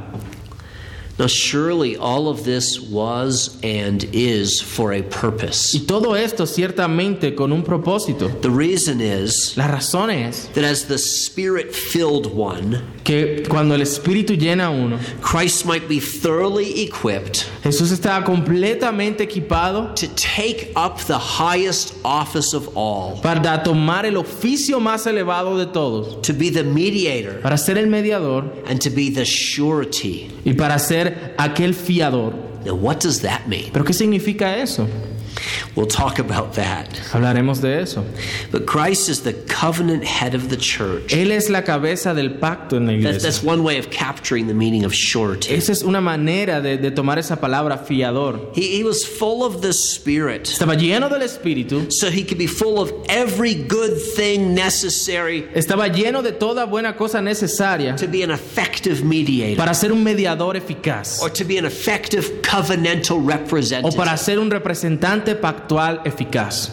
S1: Now, surely all of this was and is for a purpose.
S2: Y todo esto ciertamente con un propósito.
S1: The reason is
S2: La razón es
S1: that as the Spirit filled one,
S2: que cuando el Espíritu llena a uno,
S1: Christ might be thoroughly equipped
S2: Jesús está completamente equipado
S1: to take up the highest office of all,
S2: para tomar el oficio más elevado de todos,
S1: to be the mediator,
S2: para ser el mediador
S1: and to be the surety.
S2: y para ser aquel fiador.
S1: Now, what does that mean?
S2: ¿Pero qué significa eso?
S1: We'll talk about that.
S2: Hablaremos de eso.
S1: But Christ is the covenant head of the church.
S2: Él es la cabeza del pacto en la
S1: That-
S2: iglesia.
S1: that's one way of capturing the meaning of surety.
S2: Esa es una manera de, de tomar esa palabra fiador.
S1: He, he was full of the Spirit.
S2: Estaba lleno del Espíritu,
S1: so he could be full of every good thing necessary
S2: estaba lleno de toda buena cosa necesaria
S1: to be an effective mediator
S2: para ser un mediador eficaz
S1: or to be an effective covenantal
S2: o
S1: representative.
S2: para ser un representante pactual eficaz.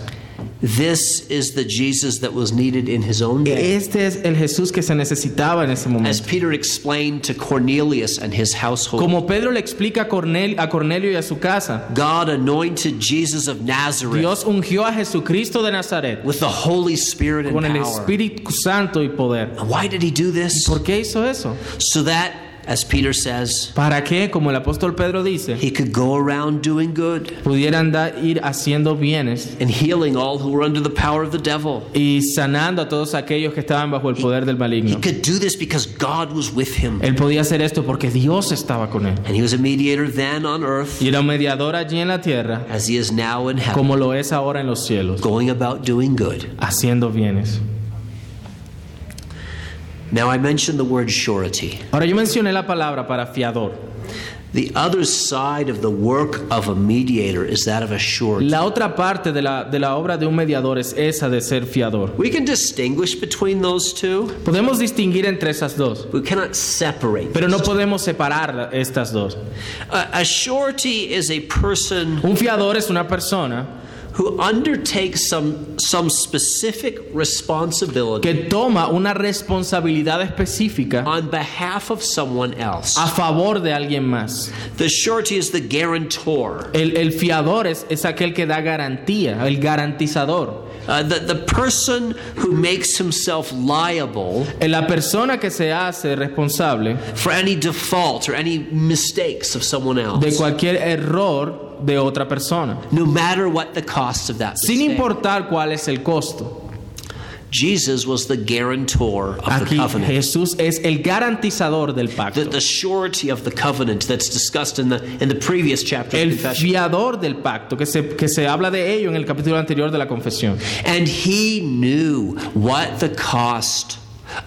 S1: This is the Jesus that was needed in his own day.
S2: Este es el Jesús que se necesitaba en ese
S1: As
S2: momento.
S1: Peter explained to Cornelius and his household,
S2: Como Pedro le explica a, Cornel- a Cornelio y a su casa,
S1: God anointed Jesus of Nazareth
S2: Dios ungió a Jesucristo de Nazaret
S1: with the Holy Spirit and
S2: con el
S1: power.
S2: Espíritu Santo y poder.
S1: And Why did he do this?
S2: ¿Por qué hizo eso?
S1: So that, as Peter says,
S2: Para que, como el apóstol Pedro dice,
S1: he could go around doing good
S2: pudieran andar- ir haciendo bienes
S1: and healing all who were under the power of the devil.
S2: y sanando a todos aquellos que estaban bajo el poder del
S1: He
S2: maligno.
S1: could do this because God was with him.
S2: Él podía hacer esto porque Dios estaba con él.
S1: And he was a mediator then on earth,
S2: Y era un mediador allí en la tierra,
S1: as he is now in heaven,
S2: como lo es ahora en los cielos,
S1: going about doing good.
S2: haciendo bienes.
S1: Now, I mentioned the word surety.
S2: Ahora yo mencioné la palabra para fiador.
S1: The other side of the work of a mediator is that of a surety.
S2: La otra parte de la, de la obra de un mediador es esa de ser fiador.
S1: We can distinguish between those two,
S2: Podemos distinguir entre esas dos,
S1: we cannot separate.
S2: pero no podemos separar estas dos.
S1: A, a surety is a person
S2: Un fiador es una persona
S1: who undertakes some, some specific responsibility
S2: que toma una responsabilidad específica
S1: on behalf of someone else.
S2: a favor de alguien más.
S1: The surety is the guarantor.
S2: El, el fiador es, es aquel que da garantía, el garantizador.
S1: Uh, the, the person who makes himself liable
S2: Eh, La persona que se hace responsable
S1: for any default or any mistakes of someone
S2: de
S1: else,
S2: cualquier error de otra persona,
S1: no matter what the cost of that
S2: sin
S1: mistake.
S2: importar cuál es el costo.
S1: Jesus was the guarantor of the
S2: Aquí
S1: covenant.
S2: Jesús es el garantizador del
S1: The,
S2: pacto,
S1: the surety of the covenant that's discussed in the in the previous chapter of
S2: el
S1: confession.
S2: fiador del pacto, que se, que se habla de ello en el capítulo anterior de la confesión.
S1: And he knew what the cost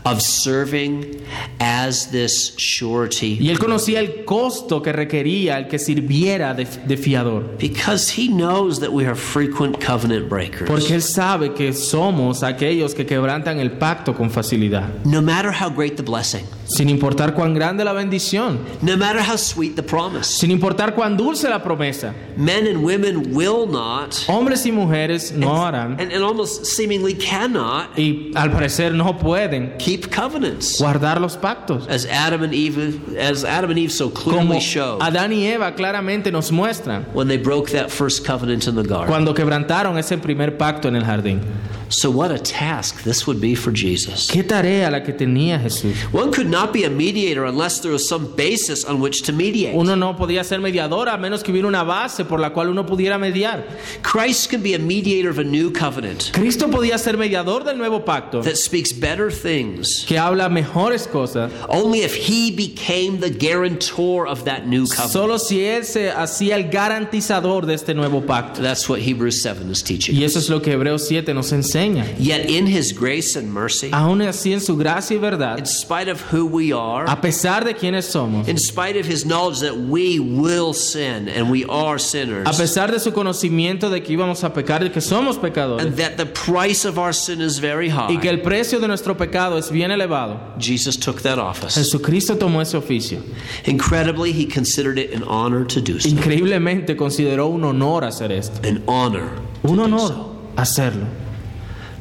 S1: of serving as this surety
S2: Y él conocía el costo que requería el que sirviera de, de fiador,
S1: because he knows that we are frequent covenant breakers.
S2: porque él sabe que somos aquellos que quebrantan el pacto con facilidad,
S1: no matter how great the blessing,
S2: sin importar cuán grande la bendición,
S1: no matter how sweet the promise,
S2: sin importar cuán dulce la promesa.
S1: men and women will not
S2: Hombres y mujeres no harán
S1: and, and almost seemingly cannot
S2: y al parecer no pueden
S1: keep covenants.
S2: guardar los pactos.
S1: As Adam and Eve as Adam and Eve so
S2: Como
S1: clearly show
S2: Adán y Eva claramente nos muestran
S1: when they broke that first covenant in the garden.
S2: cuando quebrantaron ese primer pacto en el jardín.
S1: So what a task this would be for Jesus.
S2: ¿Qué tarea la que tenía Jesús?
S1: One could not be a mediator unless there was some basis on which to mediate.
S2: Uno no podía ser mediador a menos que hubiera una base por la cual uno pudiera mediar.
S1: Christ can be a mediator of a new covenant
S2: Cristo podía ser mediador del nuevo pacto,
S1: that speaks better things
S2: que habla mejores cosas,
S1: only if he became the guarantor of that new covenant.
S2: solo si Él se hacía el garantizador de este nuevo pacto.
S1: That's what Hebrews 7 is teaching.
S2: Y eso es lo que Hebreos 7 nos enseña.
S1: Yet in his grace and mercy,
S2: Aún así, en su gracia y verdad,
S1: in spite of who we are,
S2: a pesar de quienes somos,
S1: in spite of his knowledge that we will sin and we are
S2: a
S1: sinners,
S2: pesar de su conocimiento de que íbamos a pecar y que somos pecadores,
S1: and that the price of our sin is very
S2: y que
S1: high,
S2: el precio de nuestro pecado es bien elevado,
S1: Jesus took that office.
S2: Jesucristo tomó ese oficio.
S1: Incredibly, he considered it an honor to do so.
S2: Increíblemente consideró un honor hacer esto.
S1: an honor.
S2: Un honor hacerlo.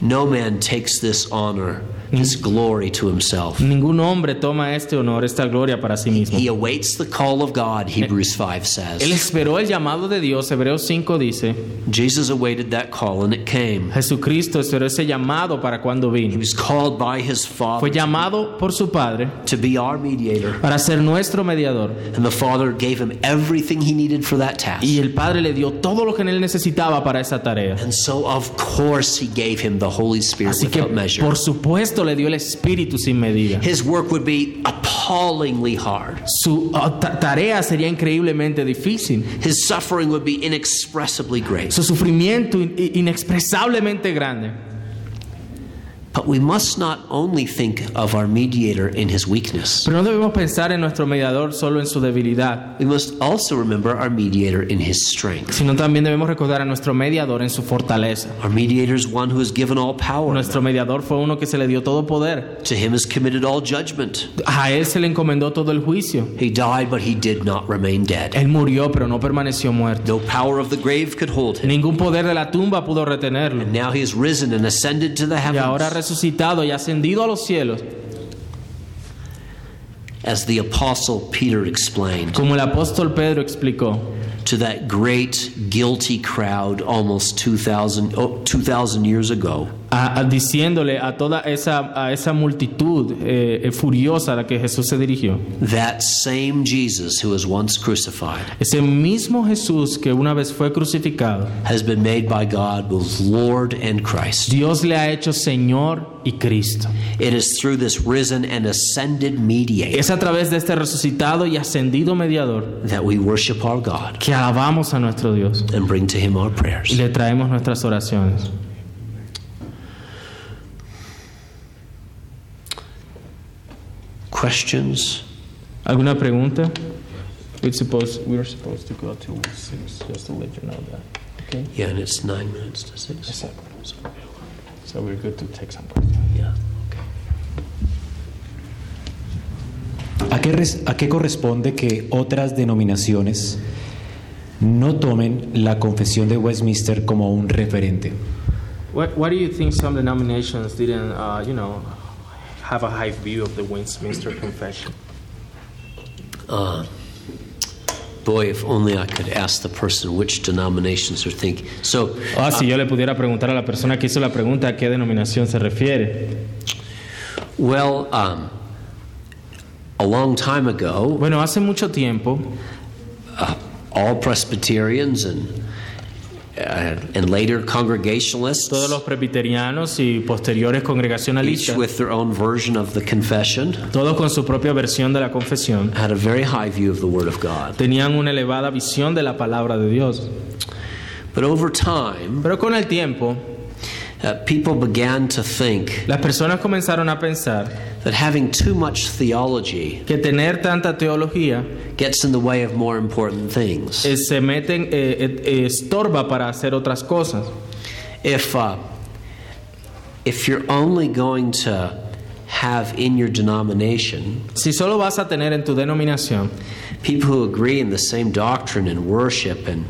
S1: No man takes this honor, this glory to himself.
S2: Ningún hombre toma este honor, esta gloria para sí mismo.
S1: He awaits the call of God, Hebrews 5
S2: Él
S1: says.
S2: esperó el llamado de Dios, Hebreos 5 dice,
S1: Jesus awaited that call and it came.
S2: Jesucristo esperó ese llamado para cuando
S1: He
S2: vino.
S1: was called by his
S2: Fue
S1: Father
S2: llamado por su Padre
S1: to be our mediator,
S2: para ser nuestro mediador.
S1: and the Father gave him everything he needed for that task.
S2: Y el Padre le dio todo lo que él necesitaba para esa tarea.
S1: And so, of course, he gave him the Holy Spirit
S2: Así que,
S1: without measure.
S2: por supuesto, le dio el Espíritu sin medida.
S1: His work would be appallingly hard.
S2: Su ah, ta- tarea sería increíblemente difícil.
S1: His suffering would be inexpressibly great.
S2: Su sufrimiento in- inexpresablemente grande.
S1: But we must not only think of our mediator in his weakness.
S2: Pero no debemos pensar en nuestro mediador solo en su debilidad.
S1: We must also remember our mediator in his strength.
S2: sino también debemos recordar a nuestro mediador en su fortaleza.
S1: Our mediator is one who is given all power.
S2: Nuestro mediador fue uno que se le dio todo poder.
S1: To him is committed all judgment.
S2: A él se le encomendó todo el juicio.
S1: He died, but he did not remain dead.
S2: Él murió, pero no permaneció
S1: No
S2: muerto.
S1: power of the grave could hold him.
S2: Ningún poder de la tumba pudo retenerlo.
S1: Now he is risen and ascended to the
S2: Y ahora
S1: heavens.
S2: resucitado y ascendido a los cielos,
S1: As the apostle Peter explained
S2: como el apóstol Pedro explicó,
S1: to that great guilty crowd almost 2,000 oh, 2000 years ago,
S2: a- a- diciéndole a toda esa, a esa multitud eh, eh, furiosa a la que Jesús se dirigió,
S1: that same Jesus who was once crucified
S2: ese mismo Jesús que una vez fue crucificado,
S1: has been made by God both Lord and Christ.
S2: Dios le ha hecho Señor y Cristo.
S1: It is through this risen and ascended mediator
S2: Es a través de este resucitado y ascendido mediador
S1: that we worship our God
S2: que alabamos a nuestro Dios
S1: and bring to him our
S2: y
S1: prayers.
S2: le traemos nuestras oraciones.
S1: Questions?
S2: ¿Alguna pregunta?
S1: Yeah, and it's nine minutes to six. Yeah.
S3: ¿A qué, res- a qué corresponde que otras denominaciones No tomen la confesión de Westminster como un referente.
S2: What, why do you think some denominations didn't, uh, you know, have a high view of the Westminster Confession?
S1: Boy, if only I could ask the person which denominations are thinking. So,
S2: Ah, si yo le pudiera preguntar a la persona que hizo la pregunta a qué denominación se refiere.
S1: well, um, a long time ago,
S2: Bueno, hace mucho tiempo
S1: all Presbyterians and uh, and later Congregationalists,
S2: todos los presbiterianos y posteriores
S1: each
S2: congregacionalistas,
S1: with their own version of the confession,
S2: todos con su propia versión de la confesión,
S1: had a very high view of the Word of God.
S2: tenían una elevada visión de la palabra de Dios.
S1: But over time,
S2: Pero con el tiempo,
S1: uh, people began to think
S2: las personas comenzaron a pensar
S1: that having too much theology
S2: que tener tanta teología
S1: gets in the way of more important things.
S2: eh, se meten, eh, eh, eh, estorba para hacer otras cosas.
S1: If uh, if you're only going to have in your denomination
S2: Si solo vas a tener en tu denominación
S1: people who agree in the same doctrine and worship and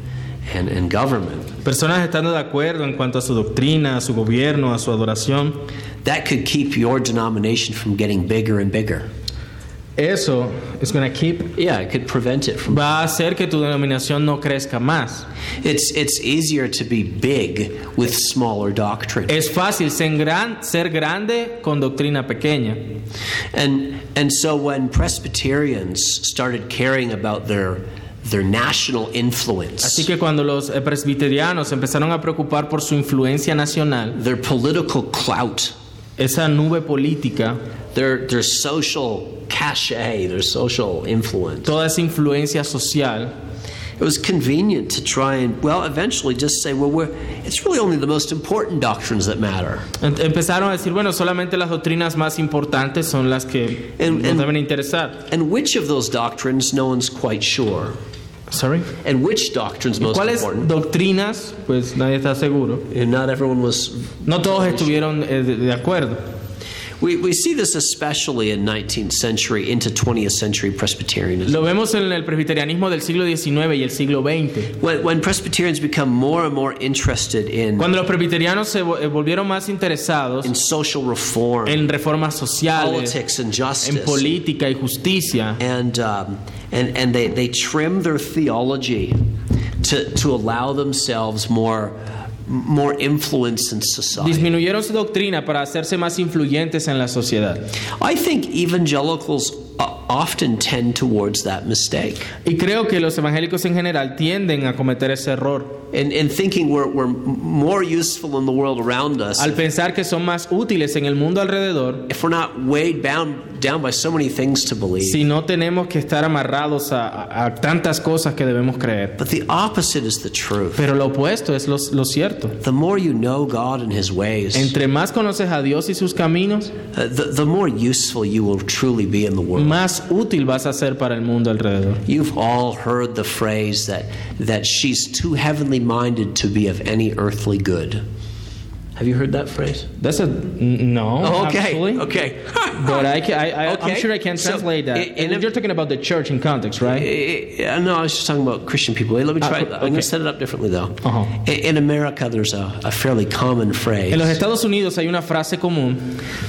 S1: and, and government,
S2: personas estando de acuerdo en cuanto a su doctrina, a su gobierno, a su adoración,
S1: that could keep your denomination from getting bigger and bigger.
S2: eso es gonna keep
S1: Yeah, it could prevent it from.
S2: va a hacer que tu denominación no crezca más.
S1: It's it's easier to be big with smaller doctrine.
S2: Es fácil ser, gran- ser grande con doctrina pequeña.
S1: And and so when Presbyterians started caring about their their national
S2: Así
S1: influence,
S2: que cuando los eh, presbiterianos empezaron a preocupar por su influencia nacional,
S1: their political clout,
S2: esa nube política,
S1: their their social cachet, their social influence,
S2: toda esa influencia social,
S1: it was convenient to try and well eventually just say, well, we're it's really only the most important doctrines that matter.
S2: em- empezaron a decir, bueno, solamente las doctrinas más importantes son las que
S1: En-
S2: nos
S1: en-
S2: deben interesar.
S1: And which of those doctrines, no one's quite sure.
S2: Sorry.
S1: And which doctrine's most
S2: ¿Cuáles
S1: important?
S2: doctrinas? Pues nadie está seguro.
S1: And not everyone was.
S2: No todos estuvieron eh, de de acuerdo.
S1: We, we see this especially in 19th century into 20th century Presbyterianism.
S2: Lo vemos en el presbiterianismo del siglo XIX y el siglo XX.
S1: When, when Presbyterians become more and more interested in,
S2: Cuando los presbiterianos se vo- eh, volvieron más interesados
S1: in social reform,
S2: en reformas sociales,
S1: politics, and
S2: en
S1: justice,
S2: política y justicia,
S1: and, um, and, and they, they trim their theology to, to allow themselves more, more influence in society.
S2: disminuyeron su doctrina para hacerse más influyentes en la sociedad.
S1: I think evangelicals o- often tend towards that mistake.
S2: Y creo que los evangélicos en general tienden a cometer ese error
S1: And, and thinking we're, we're more useful in the world around us
S2: al pensar que son más útiles en el mundo alrededor
S1: if we're not weighed bound, down by so many things to believe.
S2: si no tenemos que estar amarrados a, a- a tantas cosas que debemos creer.
S1: But the opposite is the truth.
S2: Pero lo opuesto es lo, lo cierto.
S1: The more you know God and His ways,
S2: Entre más conoces a Dios y sus caminos,
S1: uh, the, the more useful you will truly be in the world.
S2: más útil vas a ser para el mundo alrededor.
S1: You've all heard the phrase that, that she's too heavenly minded to be of any earthly good. Have you heard that phrase?
S2: That's a- no.
S1: Oh,
S2: actually.
S1: okay. Okay.
S2: But I, ca- I, I I'm
S1: Okay.
S2: sure I can
S1: So,
S2: translate that.
S1: i- in
S2: and
S1: a-
S2: you're talking about the church in context, right?
S1: Eh, eh, No, I was just talking about Christian people. Let me
S2: Ah,
S1: try.
S2: okay.
S1: I'm going to set it up differently, though.
S2: Uh-huh.
S1: I- In America, there's a, a fairly common phrase
S2: En los Estados Unidos hay una frase común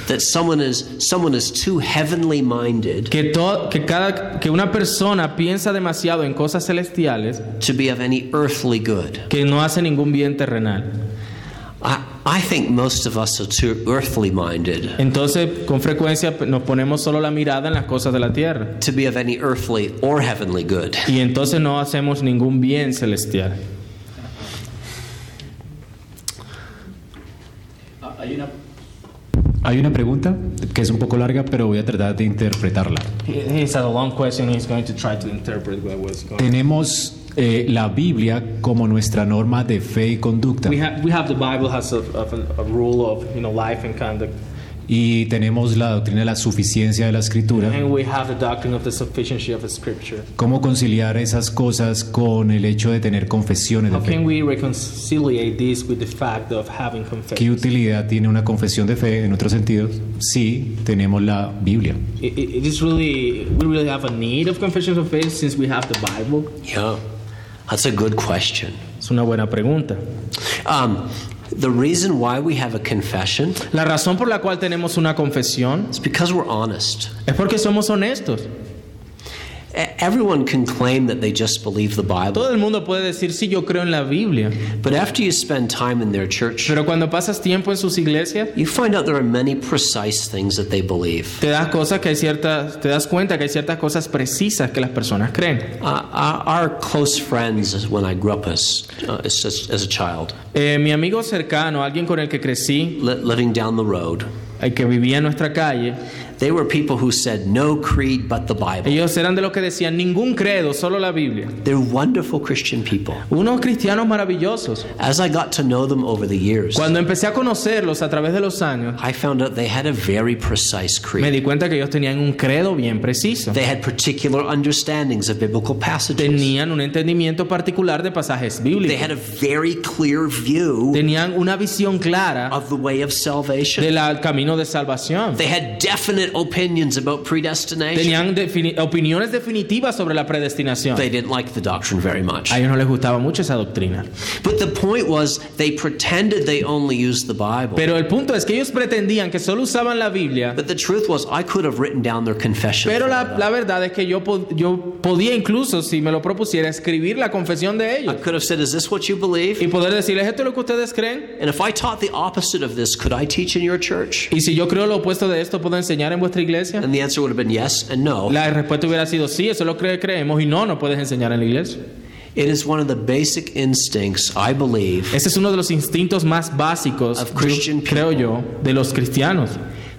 S1: that someone is someone is too heavenly minded
S2: que to- que cada que una persona piensa demasiado en cosas celestiales
S1: to be of any earthly good.
S2: que no hace ningún bien terrenal.
S1: I, I think most of us are too earthly minded
S2: Entonces, con frecuencia pues, nos ponemos solo la mirada en las cosas de la tierra
S1: to be of any earthly or heavenly good.
S2: y entonces no hacemos ningún bien celestial.
S3: Hay una pregunta que es un poco larga, pero voy a tratar de interpretarla.
S2: He's had a long question. He's going to try to interpret what was going.
S3: Tenemos eh, la Biblia como nuestra norma de fe y conducta
S2: We have we have the Bible has a, of an- a rule of you know life and conduct,
S3: y tenemos la doctrina de la suficiencia de la escritura.
S2: and we have the doctrine of the sufficiency of the Scripture.
S3: ¿Cómo conciliar esas cosas con el hecho de tener confesiones de
S2: How can
S3: fe?
S2: we reconciliate this with the fact of having
S3: ¿Qué
S2: confession?
S3: utilidad tiene una confesión de fe en otros sentidos si tenemos la Biblia?
S2: It, it- it is really we really have a need of confessions of faith since we have the Bible.
S1: Yeah. That's a good question.
S2: Es una buena pregunta.
S1: Um, the reason why we have a confession
S2: La razón por la cual tenemos una confesión
S1: is because we're honest.
S2: es porque somos honestos.
S1: E- Everyone can claim that they just believe the Bible,
S2: Todo el mundo puede decir, sí, yo creo en la Biblia.
S1: but after you spend time in their church,
S2: Pero cuando pasas tiempo en sus iglesias,
S1: you find out there are many precise things that they believe.
S2: te das, cosas que hay ciertas, te das cuenta que hay ciertas cosas precisas que las personas creen.
S1: Uh, our, our close friends, when I grew up as, uh, as, as- as a child,
S2: Eh, mi amigo cercano, alguien con el que crecí,
S1: li- living down the road,
S2: el que vivía en nuestra calle,
S1: they were people who said no creed but the Bible.
S2: ellos eran de los que decían, ningún credo, solo la Biblia.
S1: They're wonderful Christian people.
S2: Unos cristianos maravillosos.
S1: As I got to know them over the years,
S2: Cuando empecé a conocerlos a través de los años,
S1: I found out they had a very precise creed.
S2: me di cuenta que ellos tenían un credo bien preciso.
S1: They had particular understandings of biblical passages.
S2: Tenían un entendimiento particular de pasajes
S1: They
S2: bíblicos.
S1: had a very clear view
S2: Tenían una visión clara
S1: of the way of salvation.
S2: del al- camino de salvación.
S1: They had definite opinions about predestination.
S2: Tenían defini- opiniones definitivas sobre la predestinación.
S1: They didn't like the doctrine very much.
S2: A ellos no les gustaba mucho esa doctrina.
S1: But the point was, they pretended they only used the Bible.
S2: Pero el punto es que ellos pretendían que solo usaban la Biblia.
S1: But the truth was, I could have written down their confession.
S2: Pero
S1: for
S2: la,
S1: them.
S2: la verdad es que yo, po- yo podía incluso, si me lo propusiera, escribir la confesión de
S1: I
S2: ellos.
S1: could have said, Is this what you believe?
S2: Y poder decirles, ¿esto es lo que ustedes creen?
S1: And if I taught the opposite of this, could I teach in your church?
S2: Y si yo creo lo opuesto de esto, ¿puedo enseñar en vuestra iglesia?
S1: And the answer would have been yes and no.
S2: La respuesta hubiera sido sí, eso es lo que creemos y no, no puedes enseñar en la iglesia.
S1: It is one of the basic instincts, I believe,
S2: Ese es uno de los instintos más básicos,
S1: Of Christian
S2: yo- creo yo, de los cristianos.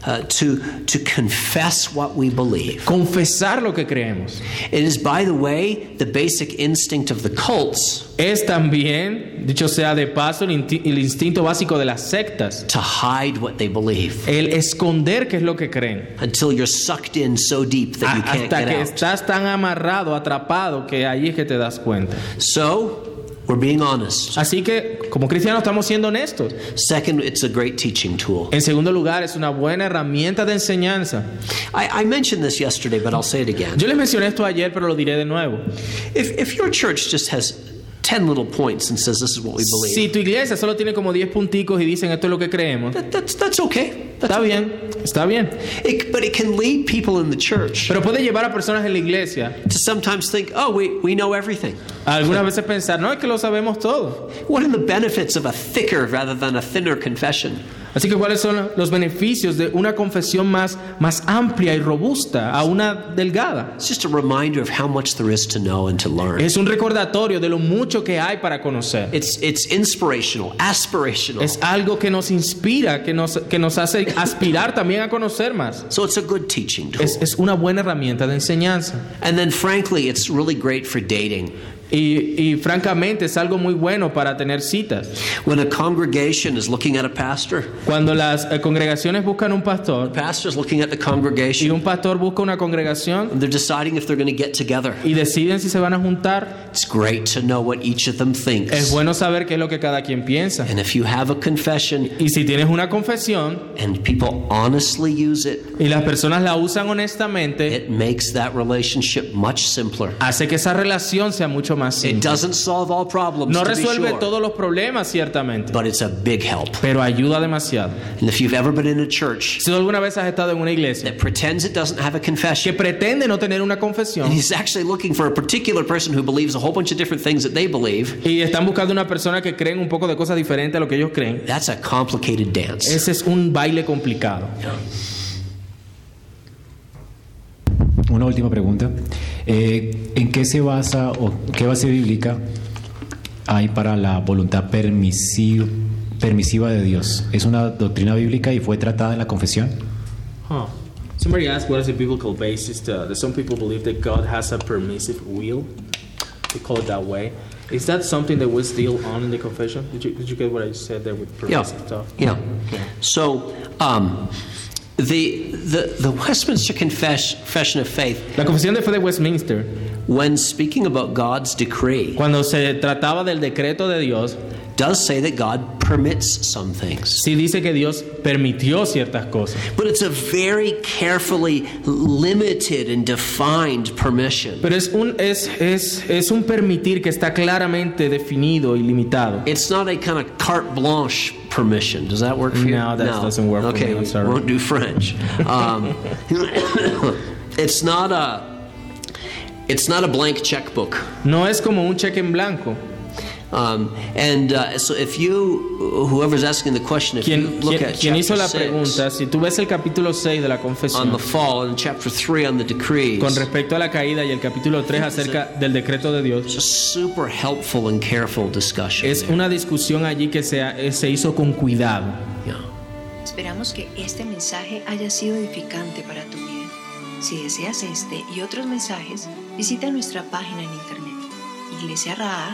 S1: uh, to, to confess what we believe.
S2: Confesar lo que creemos.
S1: It is, by the way, the basic instinct of the cults
S2: Es también, dicho sea de paso, el, inti- el instinto básico de las sectas.
S1: to hide what they believe
S2: El esconder qué es lo que creen.
S1: until you're sucked in so deep that
S2: A-
S1: you can't
S2: hasta
S1: get
S2: que
S1: out.
S2: estás tan amarrado, atrapado, que ahí es que te das cuenta.
S1: So, we're being honest.
S2: Así que, como cristianos, estamos siendo honestos.
S1: Second, it's a great teaching tool.
S2: En segundo lugar, es una buena herramienta de enseñanza.
S1: I, I mentioned this yesterday, but I'll say it again.
S2: Yo les mencioné esto ayer, pero lo diré de nuevo.
S1: If, if your church just has 10 little points and says this is what we believe,
S2: Si tu iglesia solo tiene como 10 punticos y dicen esto es lo que creemos,
S1: that, that's, that's okay. That's
S2: está
S1: okay.
S2: bien, está bien.
S1: It, but it can lead people in the church
S2: Pero puede llevar a personas en la iglesia
S1: to sometimes think, oh, we, we know everything.
S2: a algunas veces pensar, no, es que lo sabemos todo.
S1: What are the benefits of a thicker rather than a thinner confession?
S2: Así que, ¿cuáles son los beneficios de una confesión más, más amplia y robusta a una delgada?
S1: It's just a reminder of how much there is to know and to learn.
S2: Es un recordatorio de lo mucho que hay para conocer.
S1: It's, it's inspirational, aspirational.
S2: Es algo que nos inspira, que nos, que nos hace aspirar también a conocer más.
S1: so it's a good teaching tool.
S2: Es, es una buena herramienta de enseñanza.
S1: and then, frankly, it's really great for dating.
S2: Y, y francamente es algo muy bueno para tener citas.
S1: When a congregation is looking at a pastor,
S2: Cuando las eh, congregaciones buscan un
S1: the
S2: pastor
S1: pastor's looking at the
S2: y
S1: congregation,
S2: un pastor busca una congregación
S1: and they're deciding if they're going to get together.
S2: y deciden si se van a juntar,
S1: It's great to know what each of them
S2: es
S1: thinks.
S2: bueno saber qué es lo que cada quien piensa.
S1: And if you have a confession
S2: Y si tienes una confesión
S1: and people honestly use it,
S2: y las personas la usan honestamente,
S1: it makes that relationship much simpler.
S2: hace que esa relación sea mucho más
S1: It
S2: simple.
S1: doesn't solve all problems,
S2: No
S1: to be
S2: resuelve
S1: sure,
S2: todos los problemas, ciertamente,
S1: but it's a big help.
S2: pero ayuda demasiado.
S1: And if you've ever been in a church
S2: Si tú alguna vez has estado en una iglesia
S1: that pretends it doesn't have a
S2: que
S1: confession,
S2: pretende no tener una
S1: and
S2: confesión
S1: is actually looking for a particular person who believes a whole bunch of different things that they believe,
S2: y están buscando una persona que creen un poco de cosas diferentes a lo que ellos creen,
S1: that's a complicated dance.
S2: Ese es un baile complicado.
S3: Una última pregunta. Eh, ¿En qué se basa o qué base bíblica hay para la voluntad permisi- permisiva de Dios? ¿Es una doctrina bíblica y fue tratada en la confesión?
S4: Huh. Somebody asked what is the biblical basis to, that some people believe that God has a permissive will. They call it that way. Is that something that was still on in the confession? Did you, did you get what I said there with
S1: Yeah,
S4: permissive stuff?
S1: yeah. So, um, the, the, the Westminster Confess- Confession of Faith
S2: La confesión de fe de Westminster,
S1: When speaking about God's decree,
S2: cuando se trataba del decreto de Dios,
S1: does say that God permits some things.
S2: Sí dice que Dios permitió ciertas cosas,
S1: But it's a very carefully limited and defined permission.
S2: pero es un, es, es, es un permitir que está claramente definido y limitado.
S1: It's not a kind of carte blanche permission. Does that work for you?
S2: No, that doesn't work for
S1: Okay,
S2: me. I'm
S1: we
S2: sorry.
S1: won't do French. Um, it's not a. It's not a blank checkbook.
S2: No es como un cheque en blanco.
S1: Um, and uh, so, if you, whoever's asking the question, if you
S2: Quien,
S1: look
S2: quien-
S1: at
S2: quien hizo
S1: chapter
S2: la
S1: six Ah,
S2: pregunta, si tú ves el capítulo 6 de la
S1: on
S2: confesión
S1: the fall and chapter three on the decrees,
S2: con respecto a la caída y el capítulo 3 acerca del decreto de Dios,
S1: it's a super helpful and careful discussion.
S2: es una discusión allí que se, ha- eh, se hizo con cuidado.
S1: yeah.
S5: Esperamos que este mensaje haya sido edificante para tu vida. Si deseas este y otros mensajes, visita nuestra página en internet iglesiaraa.org.